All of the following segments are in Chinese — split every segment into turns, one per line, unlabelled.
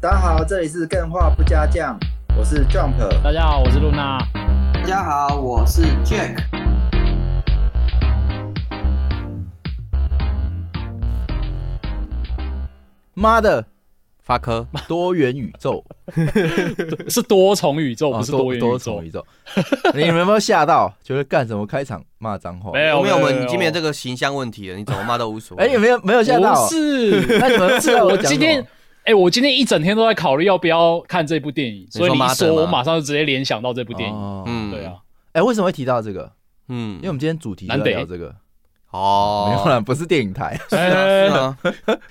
大家好，这里是更画不加酱，我是 Jump。
大家好，我是露娜。
大家好，我是 Jack。
妈的，法科多元宇 宙，
是多重宇宙，
啊
不是哦多元宇
多
宙
重。宇宙， 你们有没有吓到？觉得干什么开场骂脏话？
没有，
我们
有
我们已经没有
有
这个形象问题了，你怎么骂都无所谓。
哎，你们有没有吓到
不？是，
那你们知道
我
讲
今
什
天
么，哦
哎，我今天一整天都在考虑要不要看这部电影，所以你一
妈的
说，我
吗
马上就直接联想到这部电影。
哦
嗯
对，啊，
哎，为什么会提到这个？
嗯，
因为我们今天主题就
南
在
北
聊这个，没有
哦，
啦，不是电影台。
哎
是啊，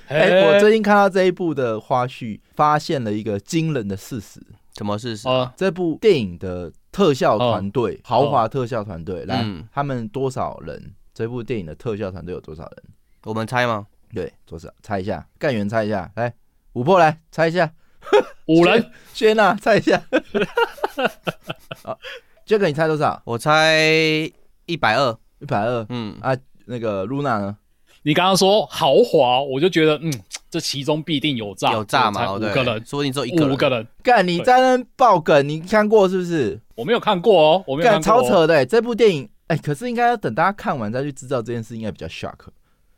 哎，我最近看到这一部的花絮，发现了一个惊人的事实：
怎么是？
啊，
这部电影的特效团队，豪华特效团队，来
嗯，
他们多少人？这部电影的特效团队有多少人？
我们猜吗？
对，多少？猜一下，干员猜一下，来，五破来猜一下，
五人
轩呐、猜一下。 好，Jack 你猜多少？
我猜一百二。
一百二。
嗯，
那个 Luna 呢？
你刚刚说豪华，我就觉得嗯，这其中必定有诈，
有
所
炸
以
嘛？
才
哦对
五
不
个
对，
人，
说不定只有一
五个人，
干，你在那边爆梗，你看过是不是？
我没有看过哦，我没有
干，
看过
超
哦。
扯的、欸。这部电影，哎、可是应该要等大家看完再去知道这件事，应该比较 shock。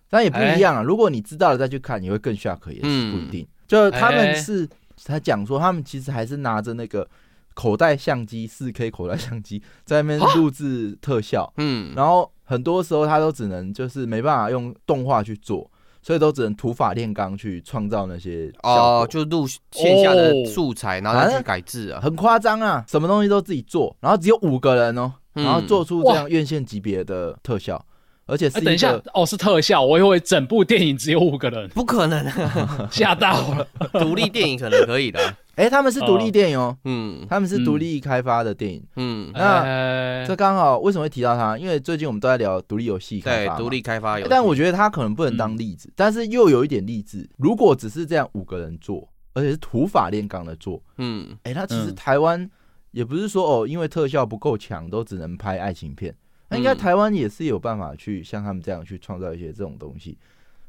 但也不
哎
一样啊，如果你知道了再去看，你会更 shock，也是不一定。就是他们
嗯哎
是，他讲说他们其实还是拿着那个口袋相机，四 K 口袋相机在那边
啊
录制特效。
嗯，
然后很多时候他都只能就是没办法用动画去做，所以都只能土法炼钢去创造那些效果，
哦，就录线下的素材，然后再
啊
去改制啊。
很夸张啊！什么东西都自己做，然后只有五个人哦，
嗯
然后做出这样院线级别的特效，而且是
哎，
一
等一下
个，
哦，是特效，我以为整部电影只有五个人，
不可能啊，
吓到了。
独立电影可能可以的。
哎，他们是独立电影哦，
嗯
他们是独立开发的电影。
嗯，
那
哎
这刚好为什么会提到它？因为最近我们都在聊独立游戏开
对
发，嘛，哎
独立开发有。
但我觉得他可能不能当例子，但是又有一点例子。如果只是这样五个人做，而且是土法炼钢的做，
嗯，
哎、那其实
嗯
台湾也不是说哦，因为特效不够强，都只能拍爱情片。那应该
嗯
台湾也是有办法去像他们这样去创造一些这种东西，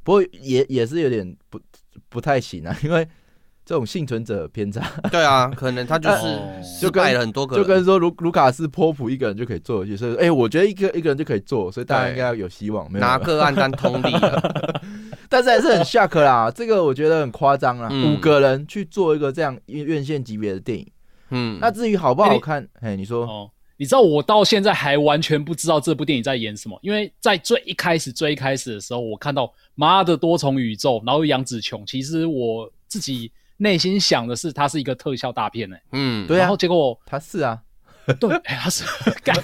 不过也也是有点不不太行啊，因为这种幸存者偏差，
对啊，可能他就是
哦
失败了很多个
就
人，
跟说卢卢卡斯波普一个人就可以做游戏，所以哎、我觉得一个一个人就可以做，所以大家
对
应该要有希望， 没有
拿
啦？
个案当通例啊。
但是还是很 shock 啦，这个我觉得很夸张啦，
嗯
五个人去做一个这样院院线级别的电影，
嗯，
那至于好不
哎
好
你
看，哎、你说，
哦，你知道我到现在还完全不知道这部电影在演什么，因为在最一开始最一开始的时候，我看到妈的多重宇宙，然后杨紫琼，其实我自己内心想的是它是一个特效大片呢、
嗯，
对
然
啊
后，结果
他是啊，
对，哎他是干，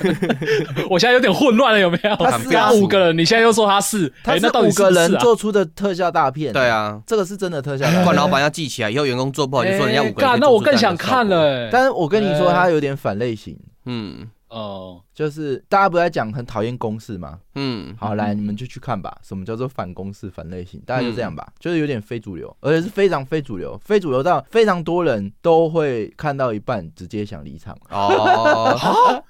我现在有点混乱了，有没有？
他
是啊
刚五个人，你现在又说他是，
他
哎
是
那到底
五
是
个
不是
人
啊？
做出的特效大片，欸
对，啊，
这个是真的特效大
管
片。欸
老板要记起来，以后员工做不好就说
哎
人家五个人可
啊哎干
以做出这样的效果。
那我更想看了、欸。
但是我跟你说，
哎
他有点反类型，
嗯
哦、
就是大家不是在讲很讨厌公式吗？
嗯，
好，来你们就去看吧，什么叫做反公式、反类型，大概就这样
嗯
吧，就是有点非主流，而且是非常非主流，非主流到非常多人都会看到一半直接想离场。
哦，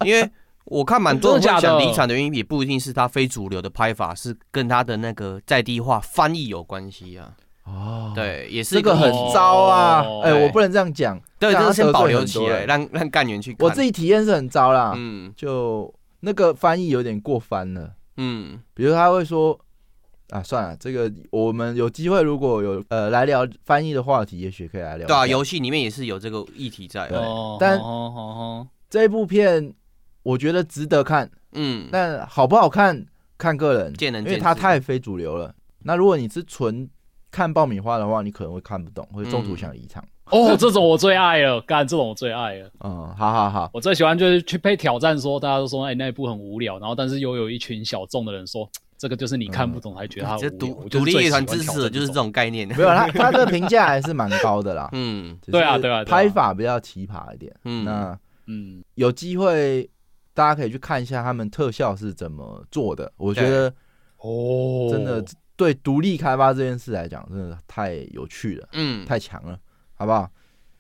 因为我看蛮多人
真的
会
假的
想离场的原因，也不一定是他非主流的拍法，是跟他的那个在地化翻译有关系啊。
哦，，
对，也是
这
一个
个很
问题
糟啊
哦！
哎，
对
我不能这样讲，
对，
大
这
家
个先保留
得罪
起
很多
来，
人
让让干员去看。
我自己啊体验是很糟啦，
嗯
就那个翻译有点过翻了。
嗯
比如他会说啊，算了，这个我们有机会如果有呃来聊翻译的话题，也许可以来聊。
对啊，游戏里面也是有这个议题在啊。
哦，
但
哦哦
这一部片，我觉得值得看，
嗯，
但好不好看看个人，
见仁
因
见智。
为它太非主流了。那如果你是纯看爆米花的话，你可能会看不懂，会中途想离场。
哦，这种我最爱了，干这种我最爱了。
嗯，好好好，
我最喜欢就是去被挑战说，大家都说哎、那一部很无聊，然后但是又有一群小众的人说这个就是你看
嗯
不懂才觉得它
这
很无聊。
独
我就是
独立
最
乐
喜欢
团支
挑
持
战
的就是
这
这。种概念。。
没有他他的评价还是蛮高的啦
嗯
只是
对啊对啊对啊
拍法比较奇葩一点。
嗯，
那
嗯，
有机会大家可以去看一下他们特效是怎么做的。我觉得
哦，
真的对独立开发这件事来讲，真的太有趣了，
嗯，
太强了，好不好？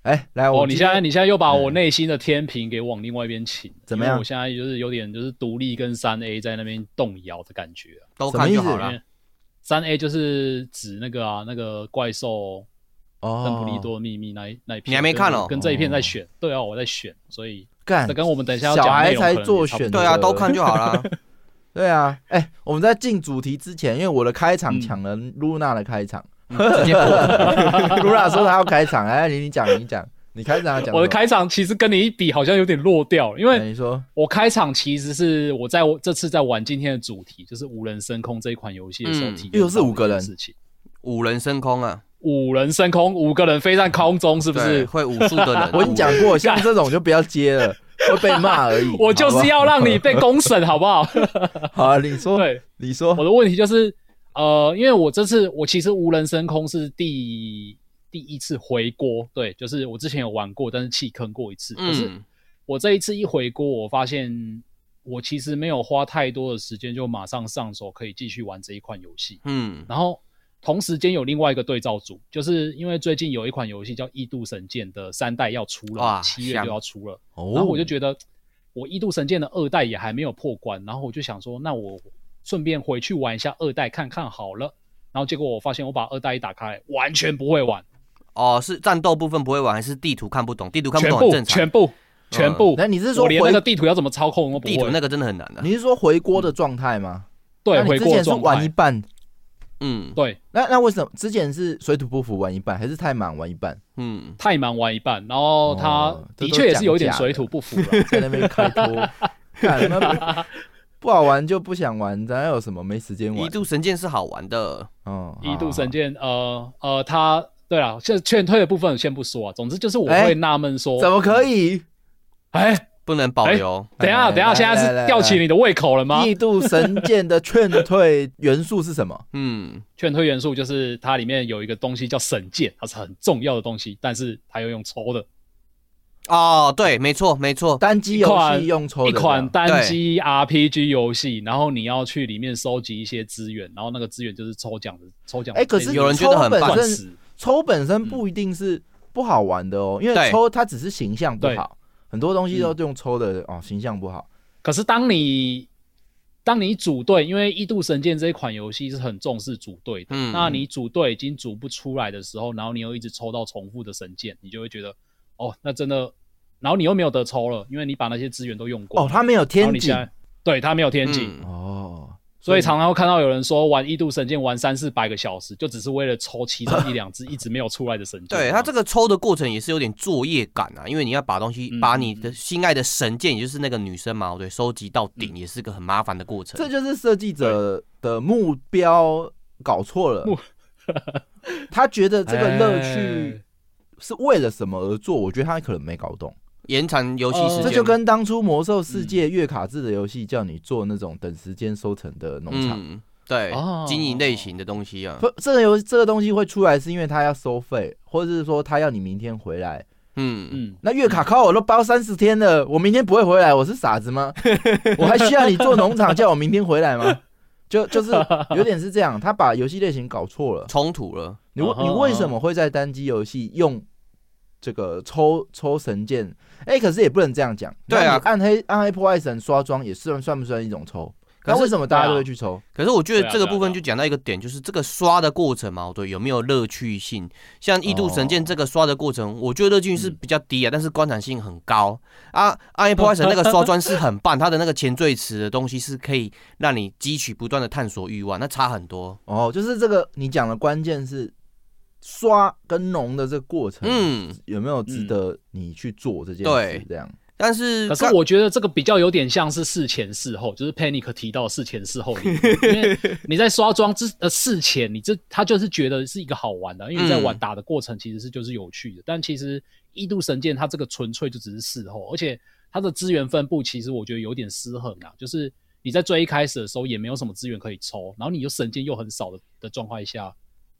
哎，
啊
来，我
哦，
们今
你现
天
在你现在又把我内心的天平给往另外一边请，
嗯怎么
因为
样
我现在就是有点就是独立跟三 A 在那边动摇的感觉、啊。
都
什么
看
意
就
思
好了。
三 A 就是指那个啊那个怪兽
哦，
邓普利多的秘密那一那一片，
你还没看哦
跟这一片在选，对啊，我在选，所以
干
这，跟我们等一下要
小
讲
孩
内容
才
可能
做
也差不
选，
对啊，都看就好啦。
对啊，哎、我们在进主题之前，因为我的开
嗯
场抢了露娜的开场，
直 接破。
露娜说她要开场，哎，你你讲你讲，你开场要讲
我的
什么，
开场其实跟你一比，好像有点落掉了，因
哎
为
你说
我开场其实是我在我这次在玩今天的主题，就是无人升空这一款游戏的时候
嗯
体验到的一件
又是五个人
事情，
五人升空啊，
五人升空，五个人飞在空中，是
对，
不是？
会武术的 人？
我跟你讲过，像这种就不要接了，会被骂而已。
我就是要让你被公审，好不 好？
好吧好啊，你说，
对，
你说
我，的问题就是，呃，因为我这次我其实无人升空是第第一次回锅，对，就是我之前有玩过，但是弃坑过一次。可是
嗯，
我这一次一回锅，我发现我其实没有花太多的时间就马上上手，可以继续玩这一款游戏。
嗯
然后同时间有另外一个对照组，就是因为最近有一款游戏叫《异度神剑》的三代要出了，
哇
七月
香
就要出了。
哦
然后我就觉得，我《异度神剑》的二代也还没有破关，然后我就想说，那我顺便回去玩一下二代看看好了。然后结果我发现，我把二代一打开，完全不会玩，
哦，是战斗部分不会玩，还是地图看不懂？地图看不
全
懂很
部
正
全
常。嗯
部全部。
那你是说
我连那个
回
地图要怎么操控都不会？
地图那个真的很难啊的。
你是说回锅的状态吗？
对
那你
回
之
过
前
的
是
状
玩一
态，
半，
嗯
对，
那那为什么之前是水土不服玩一半，还是太满玩一半，
嗯，
太忙玩一半，然后他
哦这
的
都
确也是有一点
讲假的
水土不服 了。
在那边开脱？干他妈不好玩就不想玩，咱有什么没时间
一
玩？
度神剑是好玩的。
哦，好
一度神
好
剑，呃呃，他对啊，现在劝退的部分先不说啊。总之就是我
哎
会纳闷说，
好怎么可以？
哎，
不能保留，
等一下
来
等一下，
来
现
来
在
来
是吊起
来
你的胃口了吗？
异度神剑的劝退元素是什么？
嗯，
劝退元素就是它里面有一个东西叫神剑，它是很重要的东西，但是它又用抽的，
哦，对，没错，没错，
单机游戏用抽的
一
这样
款单机 RPG 游戏，然后你要去里面收集一些资源，然后那个资源就是抽奖的，抽奖
哎、可是
类似
有人觉得很棒
抽
钻
本身
石，
抽本身不一定是不好玩的哦，因为
对
抽它只是形象不好，很多东
嗯
西都用抽的、哦，形象不好。
可是当你当你组队，因为《异度神剑》这一款游戏是很重视组队的，
嗯
那你组队已经组不出来的时候，然后你又一直抽到重复的神剑，你就会觉得哦，那真的，然后你又没有得抽了，因为你把那些资源都用过
哦，它没有
然后
天
你现
井
在对它没有天井。
嗯
哦，
所以常常会看到有人说玩《异度神剑》玩三四百个小时，就只是为了抽其中一两只一直没有出来的神剑。
对他这个抽的过程也是有点作业感啊，因为你要把东西
嗯，
把你的心爱的神剑，也就是那个女生嘛，对，收集到顶，
嗯
也是个很麻烦的过程
这。就是设计者的目标搞错了， 他觉得这个乐趣是为了什么而做，我觉得他可能没搞懂。
延长游戏时
呃
间，
这就跟当初魔兽世界月卡制的游戏叫你做那种等时间收成的农场。
嗯，对
哦，
经营类型的东西啊，
不，这个游这个东西会出来，是因为它要收费，或者是说它要你明天回来。
嗯，
嗯，
那月卡靠我都包三十天了，我明天不会回来，我是傻子吗？我还需要你做农场叫我明天回来吗？就就是有点是这样，他把游戏类型搞错了。
冲突了，
你为
嗯哼
你为什么会在单机游戏用这个抽抽神剑？哎、可是也不能这样讲。
对啊
那你暗黑暗黑破坏神刷装也算算不算一种抽？
可
那
是
为什么大家
对啊
都会去抽？
可是我觉
对
得
啊
这个
对啊
部分
对啊
就讲到一个点，就是这个刷的过程嘛，对，有没有乐趣性？像《异度神剑
哦》
这个刷的过程，我觉得乐趣
嗯
是比较低啊，但是观赏性很高啊。《暗黑破坏神》那个刷砖是很棒，它的那个前缀词的东西是可以让你汲取不断的探索欲望，那差很多。
哦，就是这个你讲的关键是刷跟农的这个过程，
嗯，
有没有值得你去做这件
对
事？这样
但是
可是我觉得这个比较有点像是事前事后，就是 Panic 提到的事前事后理论，因 为你在刷装之呃事前，你这他就是觉得是一个好玩的，因为你在玩
嗯
打的过程其实是就是有趣的，但其实《异度神剑》它这个纯粹就只是事后，而且它的资源分布其实我觉得有点失衡啊，就是你在最一开始的时候也没有什么资源可以抽，然后你又神剑又很少的的状态下，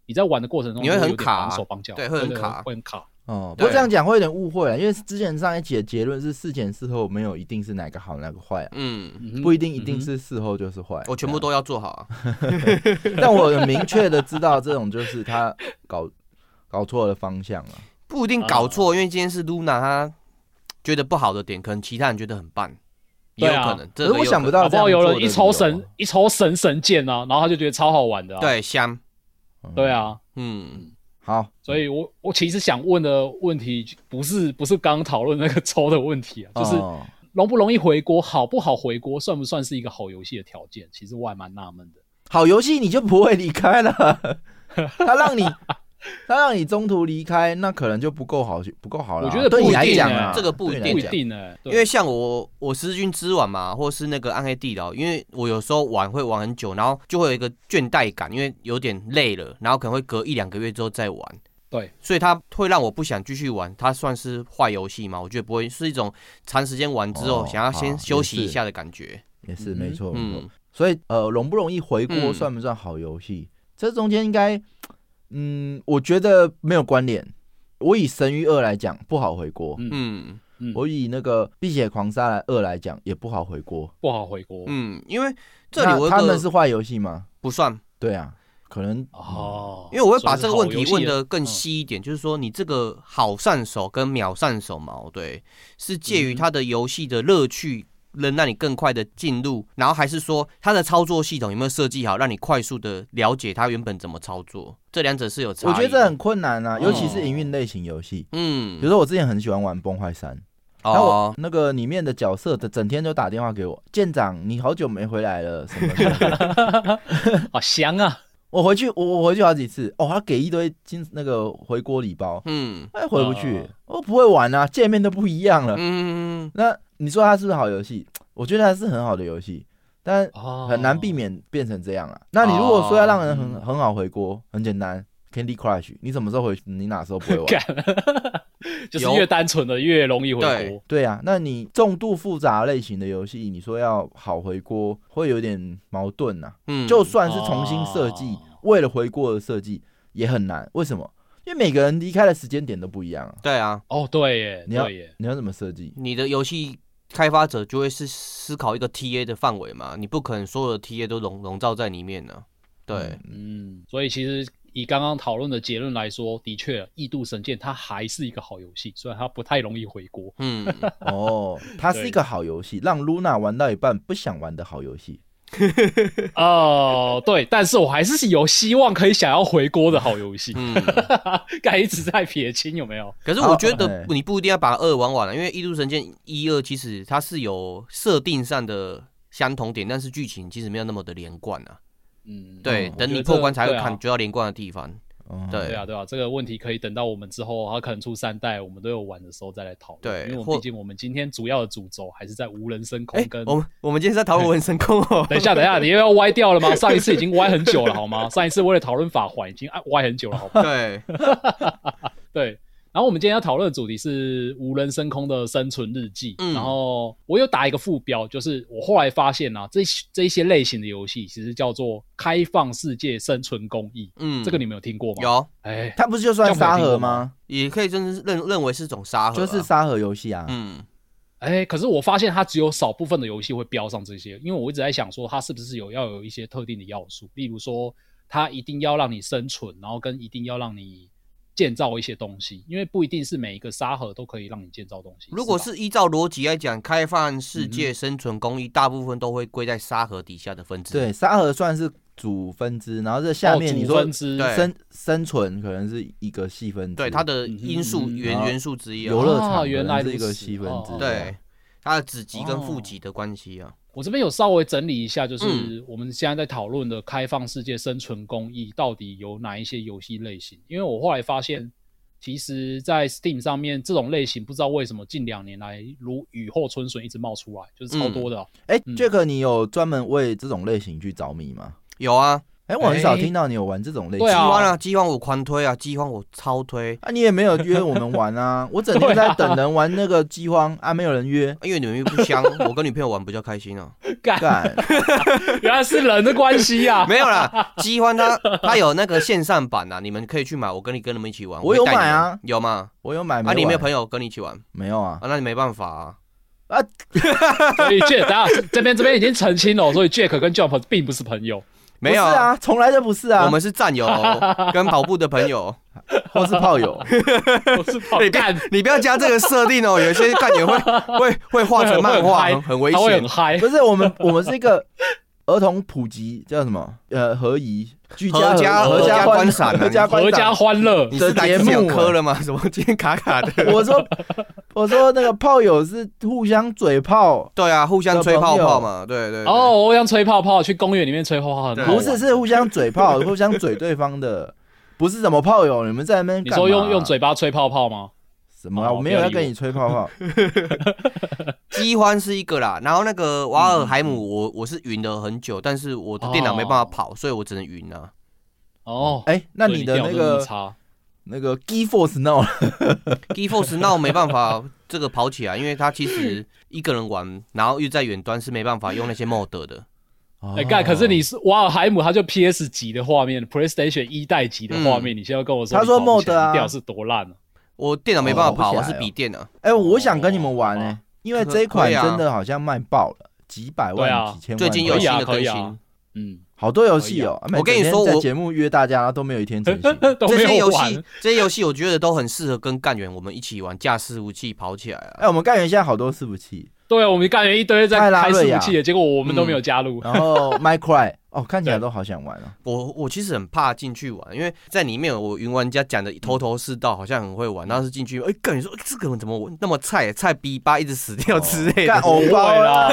你在玩的过程中
你会很
有点
卡
绑手绑脚，
对会很卡
会很卡。
哦，不
对
过这样讲会有点误会啊了，因为之前上一期的结论是事前事后没有一定是哪个好哪个坏啊，
嗯，
嗯哼
不一定一
嗯
定
哼
是事后就是坏。
我全部都要做好啊。
这样，但我很明确的知道这种就是他搞搞错了方向了。
不一定搞错，因为今天是 Luna 她觉得不好的点，可能其他人觉得很棒，也有
对啊啊
可能。
可
这
是
个
我
有
想不
可
到
能
搞不
这样
好有
做
人
的
一
理
抽
由
神一抽神神剑啊，然后他就觉得超好玩的、啊。
对香，
嗯
对，啊，
嗯，
好，
所以我我其实想问的问题不是不是刚刚讨论那个抽的问题啊，就是
哦
容不容易回锅，好不好回锅，算不算是一个好游戏的条件？其实我还蛮纳闷的。
好游戏你就不会离开 了，他让你他让你中途离开，那可能就不够好不够好了啊。
我觉得
对
不
你
一
来
定
讲
欸
啊，
这个不
对
一
你来
电
不一
讲
定呢、欸，对
因为像我，我十字军之晚嘛，或是那个暗黑地牢，因为我有时候玩会玩很久，然后就会有一个倦怠感，因为有点累了，然后可能会隔一两个月之后再玩。
对，
所以它会让我不想继续玩，它算是坏游戏吗？我觉得不会，是一种长时间玩之后、
哦
想要先
好
休息
也
一
是
下的感觉。
也是
嗯
没错，没错
嗯。
所以呃，容不容易回锅
嗯
算不算好游戏？这中间应该，嗯，我觉得没有关联。我以《神域二》来讲不好回锅，
嗯
嗯
嗯
我以那个《碧血狂杀来二》来讲也不好回锅。
不好回锅、
嗯，因为这里
那
我有
他们
个
是坏游戏吗？
不算，
对啊，可能
哦，
因为我会把这个问题
所以
问
是好游戏
得
嗯
更细一点，就是说你这个好上手跟秒上手嘛，哦对，是
嗯
介于它的游戏的乐趣。能让你更快的进入，然后还是说它的操作系统有没有设计好，让你快速的了解它原本怎么操作？这两者是有差
我
异的。
觉得这很困难啊，
哦
尤其是营运类型游戏。比如
嗯，
说我之前很喜欢玩《崩坏三》，然后我
哦，
那个里面的角色的整天都打电话给我，舰长你好久没回来了什么 的。
好香啊，
我回去我我回去好几次，哦，他给一堆金那个回锅礼包，
嗯
哎回不去
哦，
我不会玩啊，界面都不一样了。
嗯，
那你说它是不是好游戏？我觉得它是很好的游戏，但
哦，
很难避免变成这样了。啊那你如果说要让人很
哦
嗯
很好回锅，很简单，Candy Crush，你什么时候回？你哪时候不会玩？
干，哦 就是越单纯的越容易回
对
锅。
对啊，那你重度复杂类型的游戏，你说要好回锅，会有点矛盾啊呐、
嗯，
就算是重新设计，
哦
为了回锅而设计，也很难。为什么？因为每个人离开的时间点都不一样啊。
对啊，
哦，对耶，
你要
对耶，
你要怎么设计？
你的游戏开发者就会是思考一个 TA 的范围嘛，你不可能所有的 TA 都笼笼罩在里面呢、对，
嗯，
嗯，所以其实以刚刚讨论的结论来说，的确，《异度神剑》它还是一个好游戏，虽然它不太容易回锅。
嗯，
哦，它是一个好游戏，让 Luna 玩到一半不想玩的好游戏。
哦，对，但是我还是有希望可以想要回锅的好游戏。
嗯，
该一直在撇清有没有？
可是
好
我觉得
哎
你不一定要把二玩完了，因为《异度神剑》一二其实它是有设定上的相同点，但是剧情其实没有那么的连贯啊。
嗯，
对，
嗯
等你
我觉得
破关才会
对啊
看主要连贯的地方。
哦，
对
对啊，对啊，这个问题可以等到我们之后，它可能出三代，我们都有玩的时候再来讨论。
对
因为我
或
们毕竟我们今天主要的主轴还是在无人升空
哎
跟。，
我们我们今天是在讨论纹身控哦。
等一下，等一下，你又要歪掉了吗？上一次已经歪很久了，好吗？上一次为了讨论法环已经啊歪很久了，好吗？
对，
对。然后我们今天要讨论的主题是无人升空的生存日记。
嗯
然后我有打一个副标，就是我后来发现啊，这这一些类型的游戏其实叫做开放世界生存公益。
嗯，
这个你们有听过吗？。
有
哎，
它不是就算沙盒吗？
也可以真是认认为是种沙盒
就
啊，
是沙盒游戏啊。
嗯
哎，可是我发现它只有少部分的游戏会标上这些，因为我一直在想说它是不是有要有一些特定的要素，例如说它一定要让你生存，然后跟一定要让你建造一些东西，因为不一定是每一个沙盒都可以让你建造东西。
如果
吧
是依照逻辑来讲，开放世界生存公益大部分都会归在沙盒底下的分支。
对，沙盒算是主分支，然后这下面
哦
你
主
说
分支
对
生生存可能是一个细分支，
对，它的
嗯
因素
嗯
元
然后
元素之一啊。
游乐
啊
场
原来
可能是一
如
个
此
细分
哦
支，
对，它的子集跟
哦
父集的关系啊。
我这边有稍微整理一下，就是
嗯
我们现在在讨论的开放世界生存公益到底有哪一些游戏类型？因为我后来发现，其实，在 Steam 上面这种类型不知道为什么近两年来如雨后春笋一直冒出来，就是超多的哦、
哎
嗯
，Jack，你有专门为这种类型去着迷吗？
有啊，
哎，我很少
哎
听到你有玩这种类型
对
饥
啊
荒啊，饥荒我狂推啊，饥荒我超推，
啊，你也没有约我们玩啊，我整天在等人玩那个饥荒啊，没有人约，
因为你们又 不香，我跟女朋友玩比较开心啊。
嗯
干，
干，
原来是人的关系 呀、啊！
没有啦，饥荒它它有那个线上版啊，你们可以去买，我跟你跟你们一起玩。
我有
会带你们
买啊，
有吗？
我有买，
啊，你没
没玩
有朋友跟你一起玩啊，
没有啊？
那你没办法啊。
所以 Jack，大家这边这边已经澄清了，所以 Jack 跟 Jump 并不是朋 友。
没有
不是，啊，从来都不是啊，
我们是战友 跟跑步的朋友。
或是炮 友，
我是跑
你不要
干，
你不要加这个设 定哦，有些干员会会会画成漫画，
会很嗨
很很危
他会很
险。
嗨
不。是我们，我们是一个儿童普及叫什么？呃，合宜居
合家
合
合家
观
观赏啊
合家
你
观
合
赏
家欢乐
你是来
的
自
节
两
目欸
科了吗？怎么今天卡卡的？
我说，我说那个炮友是互相嘴炮，
对啊，互相
的
吹
朋
泡
友
泡嘛，对对对
哦，我想吹泡泡，去公园里面吹泡泡
嗯
很好
不
啊玩。
是是互相嘴 炮，互相嘴对方的，不是什么炮友。你们在那边
你
干嘛
说用用嘴巴吹泡泡吗？
什么啊？
哦
我没有
不要
要
理
跟
我
你吹泡 泡。
基欢是一个啦，然后那个瓦尔海
嗯
姆，我我是云了很久，但是我的电脑没办法跑，所以我只能云啊。
哦，
哎，那
所以
你的
电脑
那
真的
个
差
那个 G Force Now
g e f o r c e 那我没办法这个跑起来，因为它其实一个人玩，然后又在远端是没办法用那些 mod 的。
哎干，可是你是瓦尔海姆，他就 PS 级的画面，PlayStation 一代级的画面，你现在跟我说
嗯他说
你跑不起来
mod 啊
你屌是多烂啊！
我电脑没办法跑，
哦
我
跑不起
是
来哦
笔电啊。
哎、我想跟你们玩
哦
哎、
好吧
因为这一款
可以啊
真的好像卖爆了，几百万、
对啊
几千万，
最近有
可以
新
啊
的更
可以啊
新，
嗯，
好多游戏哦。啊
我跟
每
你
天
说
在
我
节目约大家都没有一天成 型。
啊都
这
没
些
有
游
玩
戏，这些游戏我觉得都很适合跟干员我们一起玩架势武器跑起来啊。
哎、我们干员现在好多伺服器，
对，啊我们干员一堆在
泰拉
开
瑞
伺
亚嗯
服器的，结果我们都没有加入。
然后 MyCry，哦，看起来
对
都好想玩哦。
我我其实很怕进去玩，因为在里面我云玩家讲的头头是道，好像很会玩，但是进去，哎、干你说、哎这个人怎么那么菜，菜逼吧，一直死掉之类的。
哦 干偶
不
包
会
啦，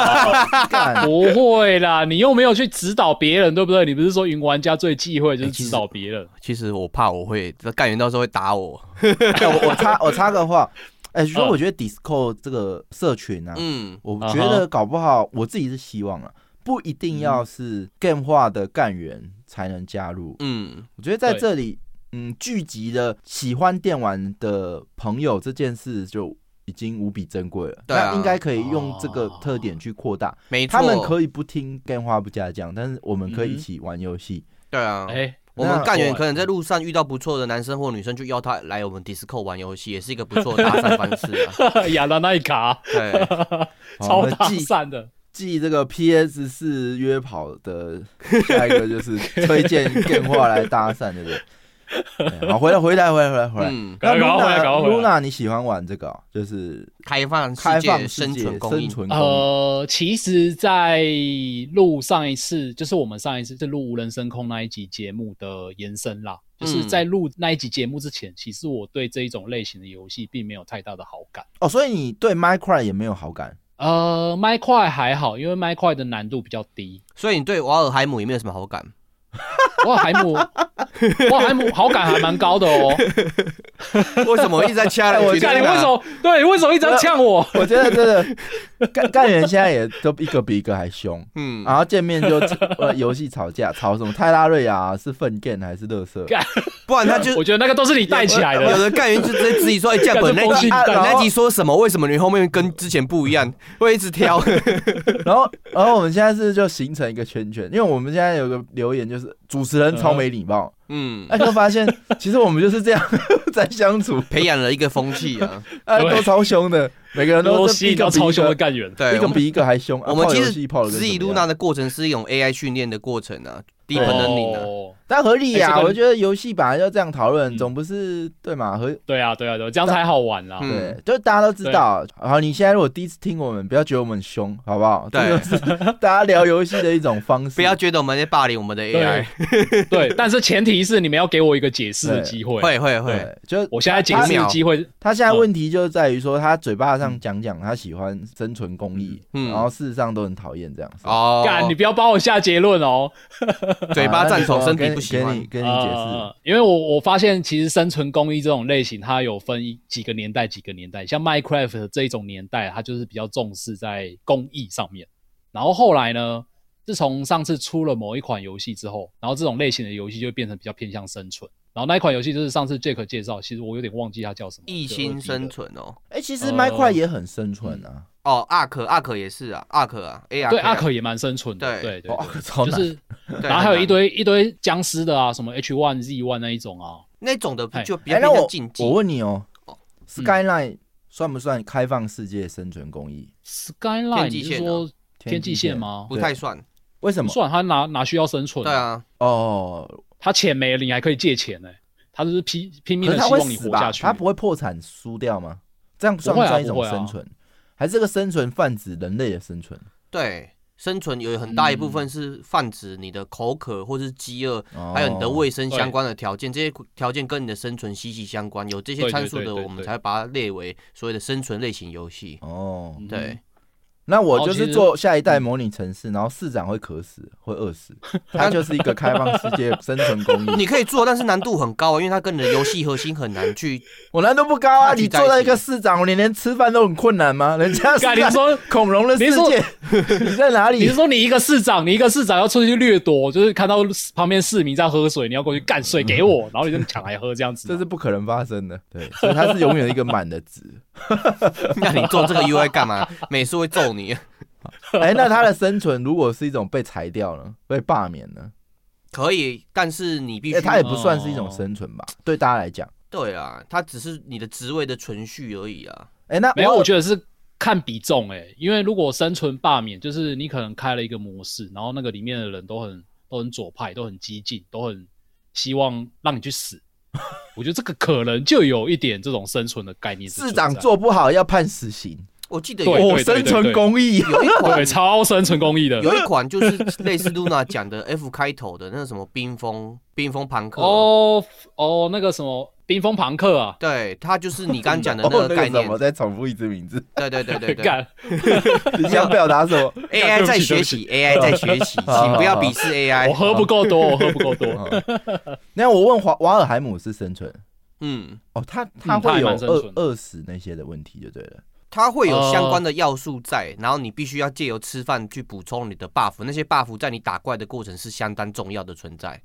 啦，
干。
不会啦，你又没有去指导别人，对不对？你不是说云玩家最忌讳就是
哎其实
指导别人？
其实我怕我会干员到时候会打我。
哎我我插我插个话，哎、其实
嗯
我觉得 Disco 这个社群啊，
嗯，
我
啊哈
觉得搞不好我自己是希望啊，不一定要是 game 化的干员才能加入。
嗯，
我觉得在
对
这里，嗯，聚集的喜欢电玩的朋友这件事就已经无比珍贵了。
对啊哦
那应该可以用这个特点去扩大。
没错，
他们可以不听电话不加酱，但是我们可以
嗯哼
一起玩游戏。
对啊。
哎，
我们
那
干员
我
可能在路上遇到不错的男生或女生，就邀他来我们 Disco 玩游戏，也是一个不错的搭讪方式啊。
哎亚当那一卡啊
对，
好
超
我们
搭
继
讪的，
继这个 PS 四约跑的下一个就是推 荐电话来搭讪，对不对？哎好，回来，回来，回来，回来，回来。
嗯，
那
赶快回来赶快回来
Luna，Luna，你喜欢玩这个哦、就是
开放
开
世
放
界
世
生
界
存供应，
供应
呃，其实，在录上一次，就是我们上一次是录无人升空那一集节目的延伸啦。就是
嗯
在录那一集节目之前，其实我对这一种类型的游戏并没有太大的好感。
哦，所以你对 Minecraft 也没有好 感。
呃，麦块还好，因为麦块的难度比较低。
所以你对瓦尔海姆也没有什么好感。
我海姆，我海姆好感还蛮高的哦。
为什 么一直在掐
哎我
人？
干，你为什么？对，你为什么一直要呛我？
我觉得真的干干员现在也都一个比一个还凶，
嗯
然后见面 就呃游戏吵架，吵什么泰拉瑞亚是粪便还是垃 圾？
干
不然他就
我觉得那个都是你带起来
有
的。
的干员就直接质疑说：“哎，降本那
干这风
集
信
啊
蛋
那集说什么？为什么你后面跟之前不一样？会一直挑？
然后然后我们现在是就形成一个圈圈，因为我们现在有个留言就是主持人超没礼貌，
嗯，
哎，就发 现其实我们就是这样在相处，
培养了一个风气 啊。
哎，
对
都超凶的，每个人
都
都是
吸
一
引
个
到
比
超
一
凶的
个。
干员，
对，
一个比一个还凶，啊
哎我们
泡
其
游
实
戏泡的跟
自己
什么
露
样
娜的过程是一种 AI 训练的过程啊，低
对
能能力呢。
哦
但合理呀、
哎这个
我觉得游戏本来就这样讨论，
嗯
总不是对嘛？合
对啊，对啊，对啊，这样才好玩啦。
嗯
对，就大家都知道。好，你现在如果第一次听我们，不要觉得我们很凶，好不好？
对
这 就是大家聊游戏的一种方式。
不要觉得我们在霸凌我们的 AI，
对，但是前提是你们要给我一个解释的机会。
会会会，
对，就
我现在解释的机会，
他现在
嗯
问题就在于说，他嘴巴上讲讲他喜欢生存公益，
嗯
然后事实上都很讨厌这样子。
哦，
干，你不要帮我下结论哦。呃
嘴
啊
巴赞同，身体不喜
行，
欢哦
跟你。哦跟你解释，
因为我我发现其实生存公益这种类型，它有分一几个年代，几个年代，像 Minecraft 这一种年代，它就是比较重视在公益上面。然后后来呢，自从上次出了某一款游戏之后，然后这种类型的游戏就变成比较偏向生存。然后那一款游戏就是上次 Jack 介绍，其实我有点忘记它叫什么，
一心生存哦，
哎，其实
呃
Minecraft 也很生存啊。
哦，阿可阿可也是啊，阿可啊，A
对，阿
阿
可也蛮生存的，
对哦
对对
哇，哦 超
对，就
难。
是然后还有一堆一堆僵尸的啊，什么 H one Z one 那一种啊，
那种的就比较
哎，
偏
那
向
我
竞技。
我问你哦，Skyline
嗯
算不算开放世界生存公益？
Skyline，
天际
你是
线啊
说天际
际
线？吗？
不太算，
为什么
不？算，他哪哪需要生存？
对，啊，
哦，
他钱没了，你还可以借钱呢、他就是拼拼命
可是
的
他
希
会
望你
死
活
吧
下？去。
他不会破产输掉吗？这样算
不会啊
算一种
不会啊
生存？还是这个生存泛指人类的生存？
对，生存有很大一部
嗯
分是泛指你的口渴或是饥饿，
哦
还有你的卫生相关的条件，这些条件跟你的生存息息相关。有这些
对对
参数
对
的，
对
我们
对
才会把它列为所谓的生存类型游戏。
哦，
对，
那我就
哦然后其
是
实
做下一代模拟城市，然后市长会渴死，会饿 死，它就是一个开放世界生存公 益。
你可以做，但是难度很高，啊因为它跟你的游戏核心很难去。
我难度不高啊，
那
你
聚在
做到
一
一
起
个市长，我连连吃饭都很困难吗？人家
干，你
是
是说
恐龙的世
你是
界， 你在哪
你是
里？
说你一个市长，你一个市长要出去掠夺，就是看到旁边市民在喝水，你要过去干水给 我，然后你就抢来喝这样子
这
吗。
是不可能发生的，对，所以它是永远一个满的值。
那你做这个 UI 干嘛？美术会揍你。
哎、那它的生存如果是一种被裁掉了、被罢免呢？
可以，但是你必
因
须
为欸它也不算是一种生存
哦
吧，对大家来讲。
对啊，它只是你的职位的存续而已啊。
哎、那
没有，我
得
觉得是看比重诶、因为如果生存罢免，就是你可能开了一个模式，然后那个里面的人都很都很左派，都很激进，都很希望让你去 死。我觉得这个可能就有一点这种生存的概念是存
市
在的。
长做不好要判死刑，
我记得
对
有
哦，生存公益。
有一款
对超生存公益的
有一款就是 类似 Luna 讲的 F 开头的那个什么冰封冰封朋克，
哦哦，那个什么冰封朋克啊，
对，它就是你刚刚讲的
哦
那个概
什
念
么，，再重复一次 名字，
对对对对对
干
你想表达什么？
，AI 在学习，AI 在学习，请不要鄙视 AI。
我喝不够
哦
多，我喝不够 多，
那我问华瓦尔海姆是生存
嗯，
哦，他他
嗯他
会
还
有
蛮生
饿
存的
饿死那些的问题就对了。
它会有相关的要素在，然后你必须要借由吃饭去补充你的 buff，那些 buff 在你打怪的过程是相当重要的存在。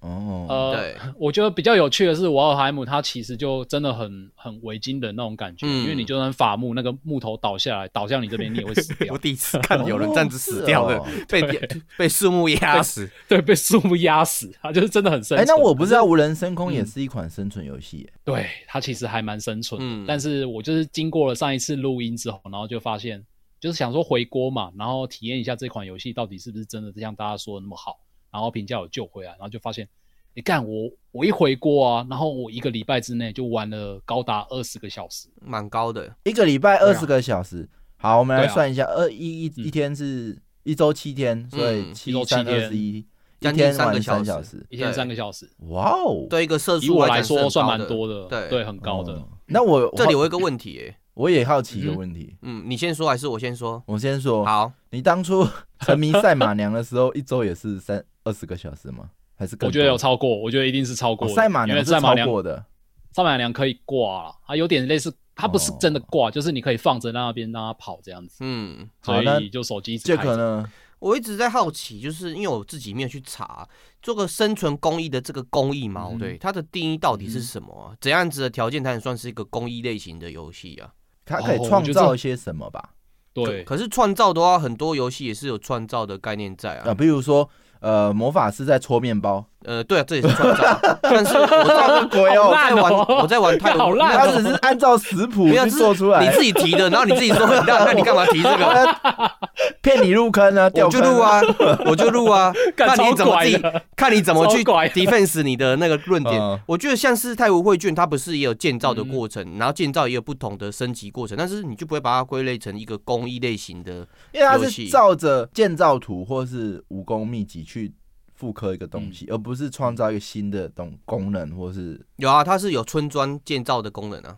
哦，
呃，
嗯对，
我觉得比较有趣的是，瓦尔海姆他其实就真的很很维京人那种感觉，
嗯
因为你就算伐木，那个木头倒下来倒向你这边，你也会死 掉。
第一 次看
有人这样子死掉的哦是
被被树木压死。
对，被树木压死， 他就是真的很生存。嗯
哎，那我不知道无人深空也是一款生存游戏耶。
对他其实还蛮生存的，
嗯
但是我就是经过了上一次录音之后，然后就发现，就是想说回锅嘛，然后体验一下这款游戏到底是不是真的像大家说的那么好，然后评价有救回来，然后就发现，你看我我一回锅啊，然后我一个礼拜之内就玩了高达二十个小时，
蛮高的，
一个礼拜
对
二
啊
十个小时。好，我们来
对啊
算一下，二一一
嗯
一天是一周七天，所以
嗯
七
一周七
三二
天
十一，一
将近
天
三个
玩三
小
小
时
时。
一天
对
三个小时，
哇哦，，
对一个射
以
速
我
来
来
讲是
说
很
算
高
蛮多的，
对
很高的。。
那我
这里我有一个问题耶、
我也好奇一个
嗯哼
问题，
嗯，你先说还是我先说？
我先说，
好，
你当 初沉迷赛马娘的时候，一周也是三二十个小时吗？还是更多
我觉得有超过，我觉得一定是超过
哦
的
赛马
因
娘
为
是
赛马
超
娘
过的
赛马娘可以挂了，它有点类似，它不是
哦
真的挂，就是你可以放着让那边让它跑这样子，
嗯，
好
所
那
以就手机一直
这
开
可
着。
能
我一直在好奇，就是因为我自己没有去查做个生存公益的这个公益嘛，
嗯
对它的定义到底是什么啊、
嗯
怎样子的条件才能算是一个公益类型的游戏啊？
它可以
哦我
创
觉得
造
这
一些什么吧？
对，
可是创造的话，很多游戏也是有创造的概念在
嗯
啊，
啊。
比如说呃，魔法师在搓面 包，
呃，对啊，这也是创造， 但是我在
鬼哦，
好 烂
在玩
哦
我在玩泰
好烂
他
哦
只是按照食谱
没有
去做出来
你，自己提的，然后你自己说， 那那你干嘛 提这个？
骗你入坑啊，掉
我就
坑
录，啊，我就录啊，
干
看你怎么自己
超怪的，
看你怎么 去
超怪
defense 你的那个论
嗯
点。我觉得像是太湖绘卷，它不是也有建造的过程，然后建造也有不同的升级过程，但是你就不会把它归类成一个工艺类型的。
因为他
游
是
戏
照着建造图或是武功秘籍去复刻一个东西，而不是创造一个新的东功能或是
有啊，它是有村庄建造的功能啊，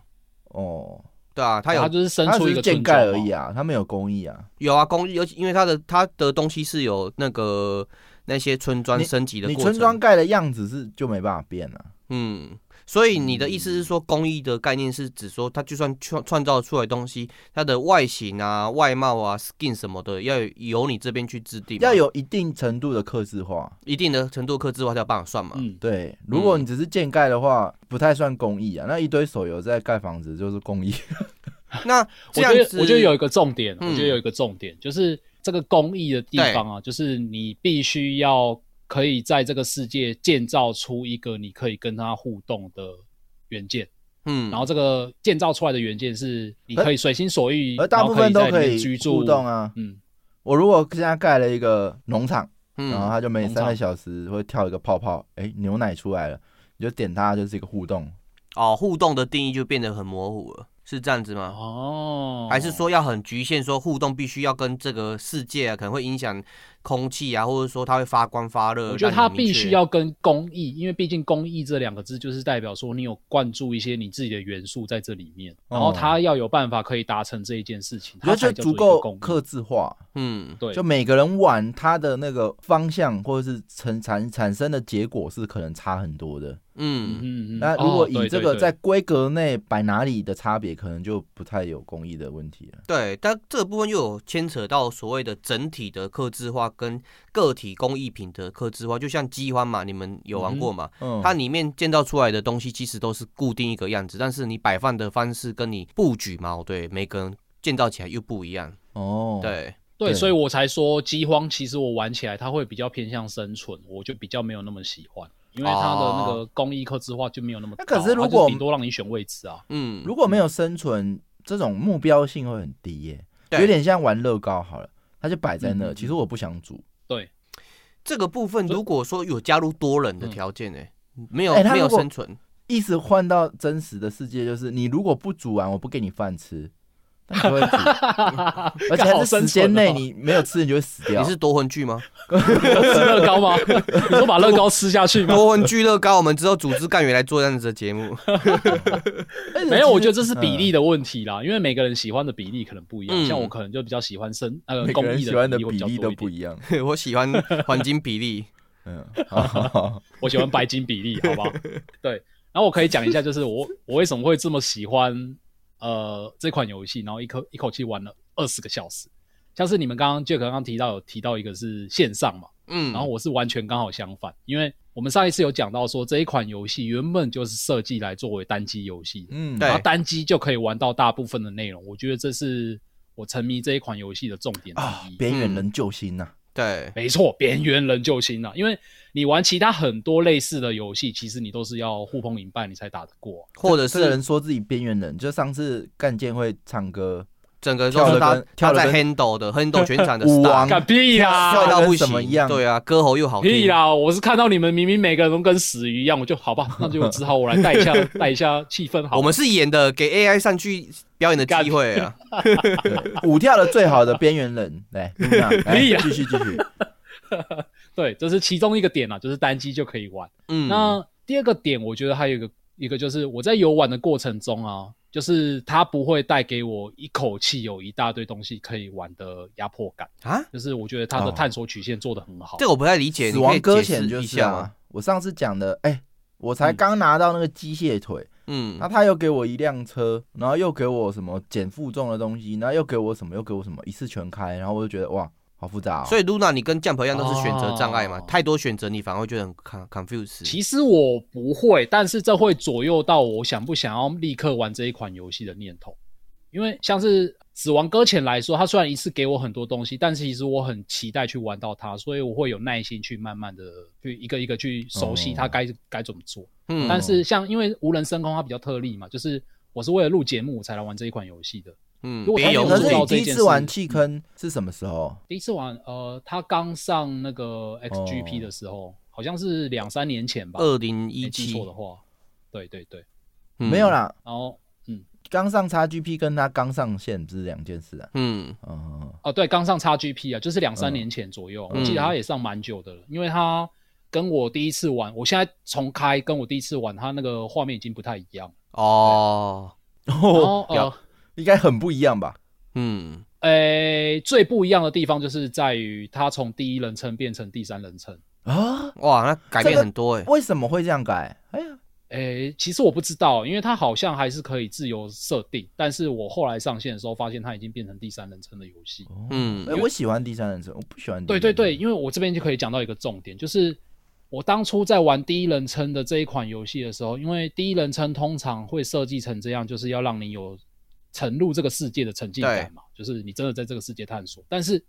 哦，
对啊， 它
它
有
就是生
他
出
只
一
是
个
建盖而已
啊。
啊，他没有工艺啊。
有啊工艺，尤其因为它的它的东西是有那个那些村庄
你
升级的
你
过程。
村庄盖的样子是就没办法变啊了、
嗯，所以你的意思是说，公益的概念是指说，它就算创创造出来的东西，它的外形啊、外貌啊、skin 什么的，要有由你这边去制定嘛，
要有一定程度的克制化。
一定的程度克制化才有办法算嘛。
嗯，
对，如果你只是建盖的话，不太算工艺啊。那一堆手游在盖房子就是工艺，
那
我
这
觉
样
得
子，
我觉得有一个重点，
嗯
我觉得有一个重点就是这个工艺的地方啊，就是你必须要可以在这个世界建造出一个你可以跟它互动的元件，
嗯，
然后这个建造出来的元件是你
而
可以随心所 欲，
而大部分
然
都
后可以在
可
里面
以
居住
互动。啊。
嗯，
我如果现在盖了一个农场，然后
嗯，
它就每
农
三个
场
小时会跳一个泡泡，哎、牛奶出来了，你就点它就是一个互动。
哦，互动的定义就变得很模糊了。是这样子吗？
哦，
还是说要很局限，说互动必须要跟这个世界啊，可能会影响空气啊，或者说它会发光发热？
我觉得
让
它
你明
必须
确
要跟公益，因为毕竟公益这两个字就是代表说你有灌注一些你自己的元素在这里面，然后它要有办法可以达成这一件事情，
哦我
它
觉
才
得
叫
就足
做一个
够
公
克
益。
制化，
嗯，
对，
就每个人玩他的那个方向或者是成产产生的结果是可能差很多的。
嗯
嗯嗯嗯。
那如果
哦
以
对
这
对
个
对
在规格内摆哪里的差别，可能就不太有公益的问题了。
对，但这部分又有牵扯到所谓的整体的客制化跟个体工艺品的客制化，就像机欢嘛，你们有玩过吗？
嗯，
它里面建造出来的东西其实都是固定一个样子，但是你摆放的方式跟你布局嘛，对，每个人建造起来又不一样。
哦，，
对，
对，
对
所以我才说饥荒，其实我玩起来它会比较偏向生存，我就比较没有那么喜欢，因为它的那个公益克制化就没有那么
哦那
高。啊
可是如
它就
果
顶多让你选位 置啊，
嗯，
如果没有生存，这种目标性会很低耶、
对
有点像玩乐高好了，它就摆在那。
嗯
其实我不想煮，
对，
这个部分如果说有加入多人的条件呢、没有、
哎他
没有
如果
生存，
意思换到真实的世界就是，你如果不煮完，我不给你饭吃，那你就会煮， 而且还
好
是
生
时间
存
内
哦
你没有吃，你就会死掉。
你是夺魂剧吗？
吃乐高吗？你说把乐高吃下去吗？
夺魂剧乐高，我们之后组织干员来做这样子的节目。
而且
没有，
其
我
实
觉得这是比
嗯
例的问题啦，因为每个人喜欢的比例可能不一样。
嗯
像我可能就比较喜欢生呃
每个
公
人
益
喜欢
的
的
会
比
比较
例
多
都
一
不
点，
一样。
我喜欢黄金比例。
嗯，好好好
我喜欢白金比例，好不好？对，然后我可以讲一下，就是我我为什么会这么喜欢呃这款游戏，然后一口一口气玩了二十个小时。像是你们刚刚 Jack 刚刚提到有提到一个是线上嘛，
嗯，
然后我是完全刚好相反，因为我们上一次有讲到说这一款游戏原本就是设计来作为单机游戏的，
嗯，
对
然后单机就可以玩到大部分的内容。我觉得这是我沉迷这一款游戏的重点之
啊
一。，
边缘人救星啊呐、
对，
没错，边缘人救星啊！因为你玩其他很多类似的游戏，其实你都是要互碰赢败你才打得过。
或者
这个
是
人说自己边缘人，就上次干健会唱歌，
整个都
跳
是他
得跟
他在
跳得
handle 的 handle 全场 的
舞
star，
王
干屁
帅
啦！
嗯
跳
到不
得跟什
行
么一样
对啊，歌喉又好听。
屁啦！我是看到你们明明每个人都跟死鱼一样，我就好吧，那就只好我来带 一下带一下气氛好了。
我们是演的，给 AI 上去表演的机会 啊。
舞跳的最好的边缘人，来，露娜 来
屁啊
继续继 续，
对，这是其中一个点啦，就是单机就可以玩。
嗯，
那第二个点，我觉得还有一个一个就是我在游玩的过程中啊，就是它不会带给我一口气有一大堆东西可以玩的压迫感，
啊，
就是我觉得它的
哦
探索曲线做得很好。
这个我不太理解，
死
你可
亡
以
搁
解
浅
释
就
一
是
下吗？
啊，我上次讲的，哎、我才刚拿到那个机械腿，
嗯
那，他又给我一辆车，然后又给我什么减负重的东西，然后又给我什么，又给我什么，一次全开，然后我就觉得哇，好复杂、哦。
所
以
以 Luna 你跟 Jump 一样都是选择障碍嘛，
哦
太多选择你反而会觉得很 con- confuse。
其实我不会，但是这会左右到我想不想要立刻玩这一款游戏的念头。因为像是《死亡搁浅》来说，它虽然一次给我很多东西，但是其实我很期待去玩到它，所以我会有耐心去慢慢的去一个一个去熟悉它
哦
该、该怎么做。
嗯
但是像因为无人升空它比较特例嘛，就是我是为了录节目我才来玩这一款游戏的。
嗯，
如果
别
他
有
有
可
误
是哎
知
你
道
导。
这
第一
件
次玩嗯
事
弃坑是什么时候？
第一次玩，呃，它刚上那个 XGP 的时候，好像是两三年前吧，
哦二零
没
一
记
七嗯
错的话，对对对，
没有，啦，
然后。
刚上 XGP 跟他刚上线不是两件事啊。
嗯
嗯，
哦，对，刚上 XGP 啊，就是两三
嗯
年前左右，
嗯
我记得他也上蛮久的了，因为他跟我第一次玩，我现在重开，跟我第一次玩，他那个画面已经不太一样。
哦，
然
哦，
后呃，
应该很不一样吧？
嗯
诶，最不一样的地方就是在于他从第一人称变成第三人称。
啊，
哇，那改变很多哎、
为什么会这样改？哎呀，
诶，其实我不知道，因为他好像还是可以自由设定，但是我后来上线的时候发现他已经变成第三人称的游戏。
嗯
哎，我喜欢第三人称，我不喜欢第一
对
人
对
称。
对，因为我这边就可以讲到一个重点，就是我当初在玩第一人称的这一款游戏的时候，因为第一人称通常会设计成这样，就是要让你有沉入这个世界的沉浸感嘛，就是你真的在这个世界探索。但是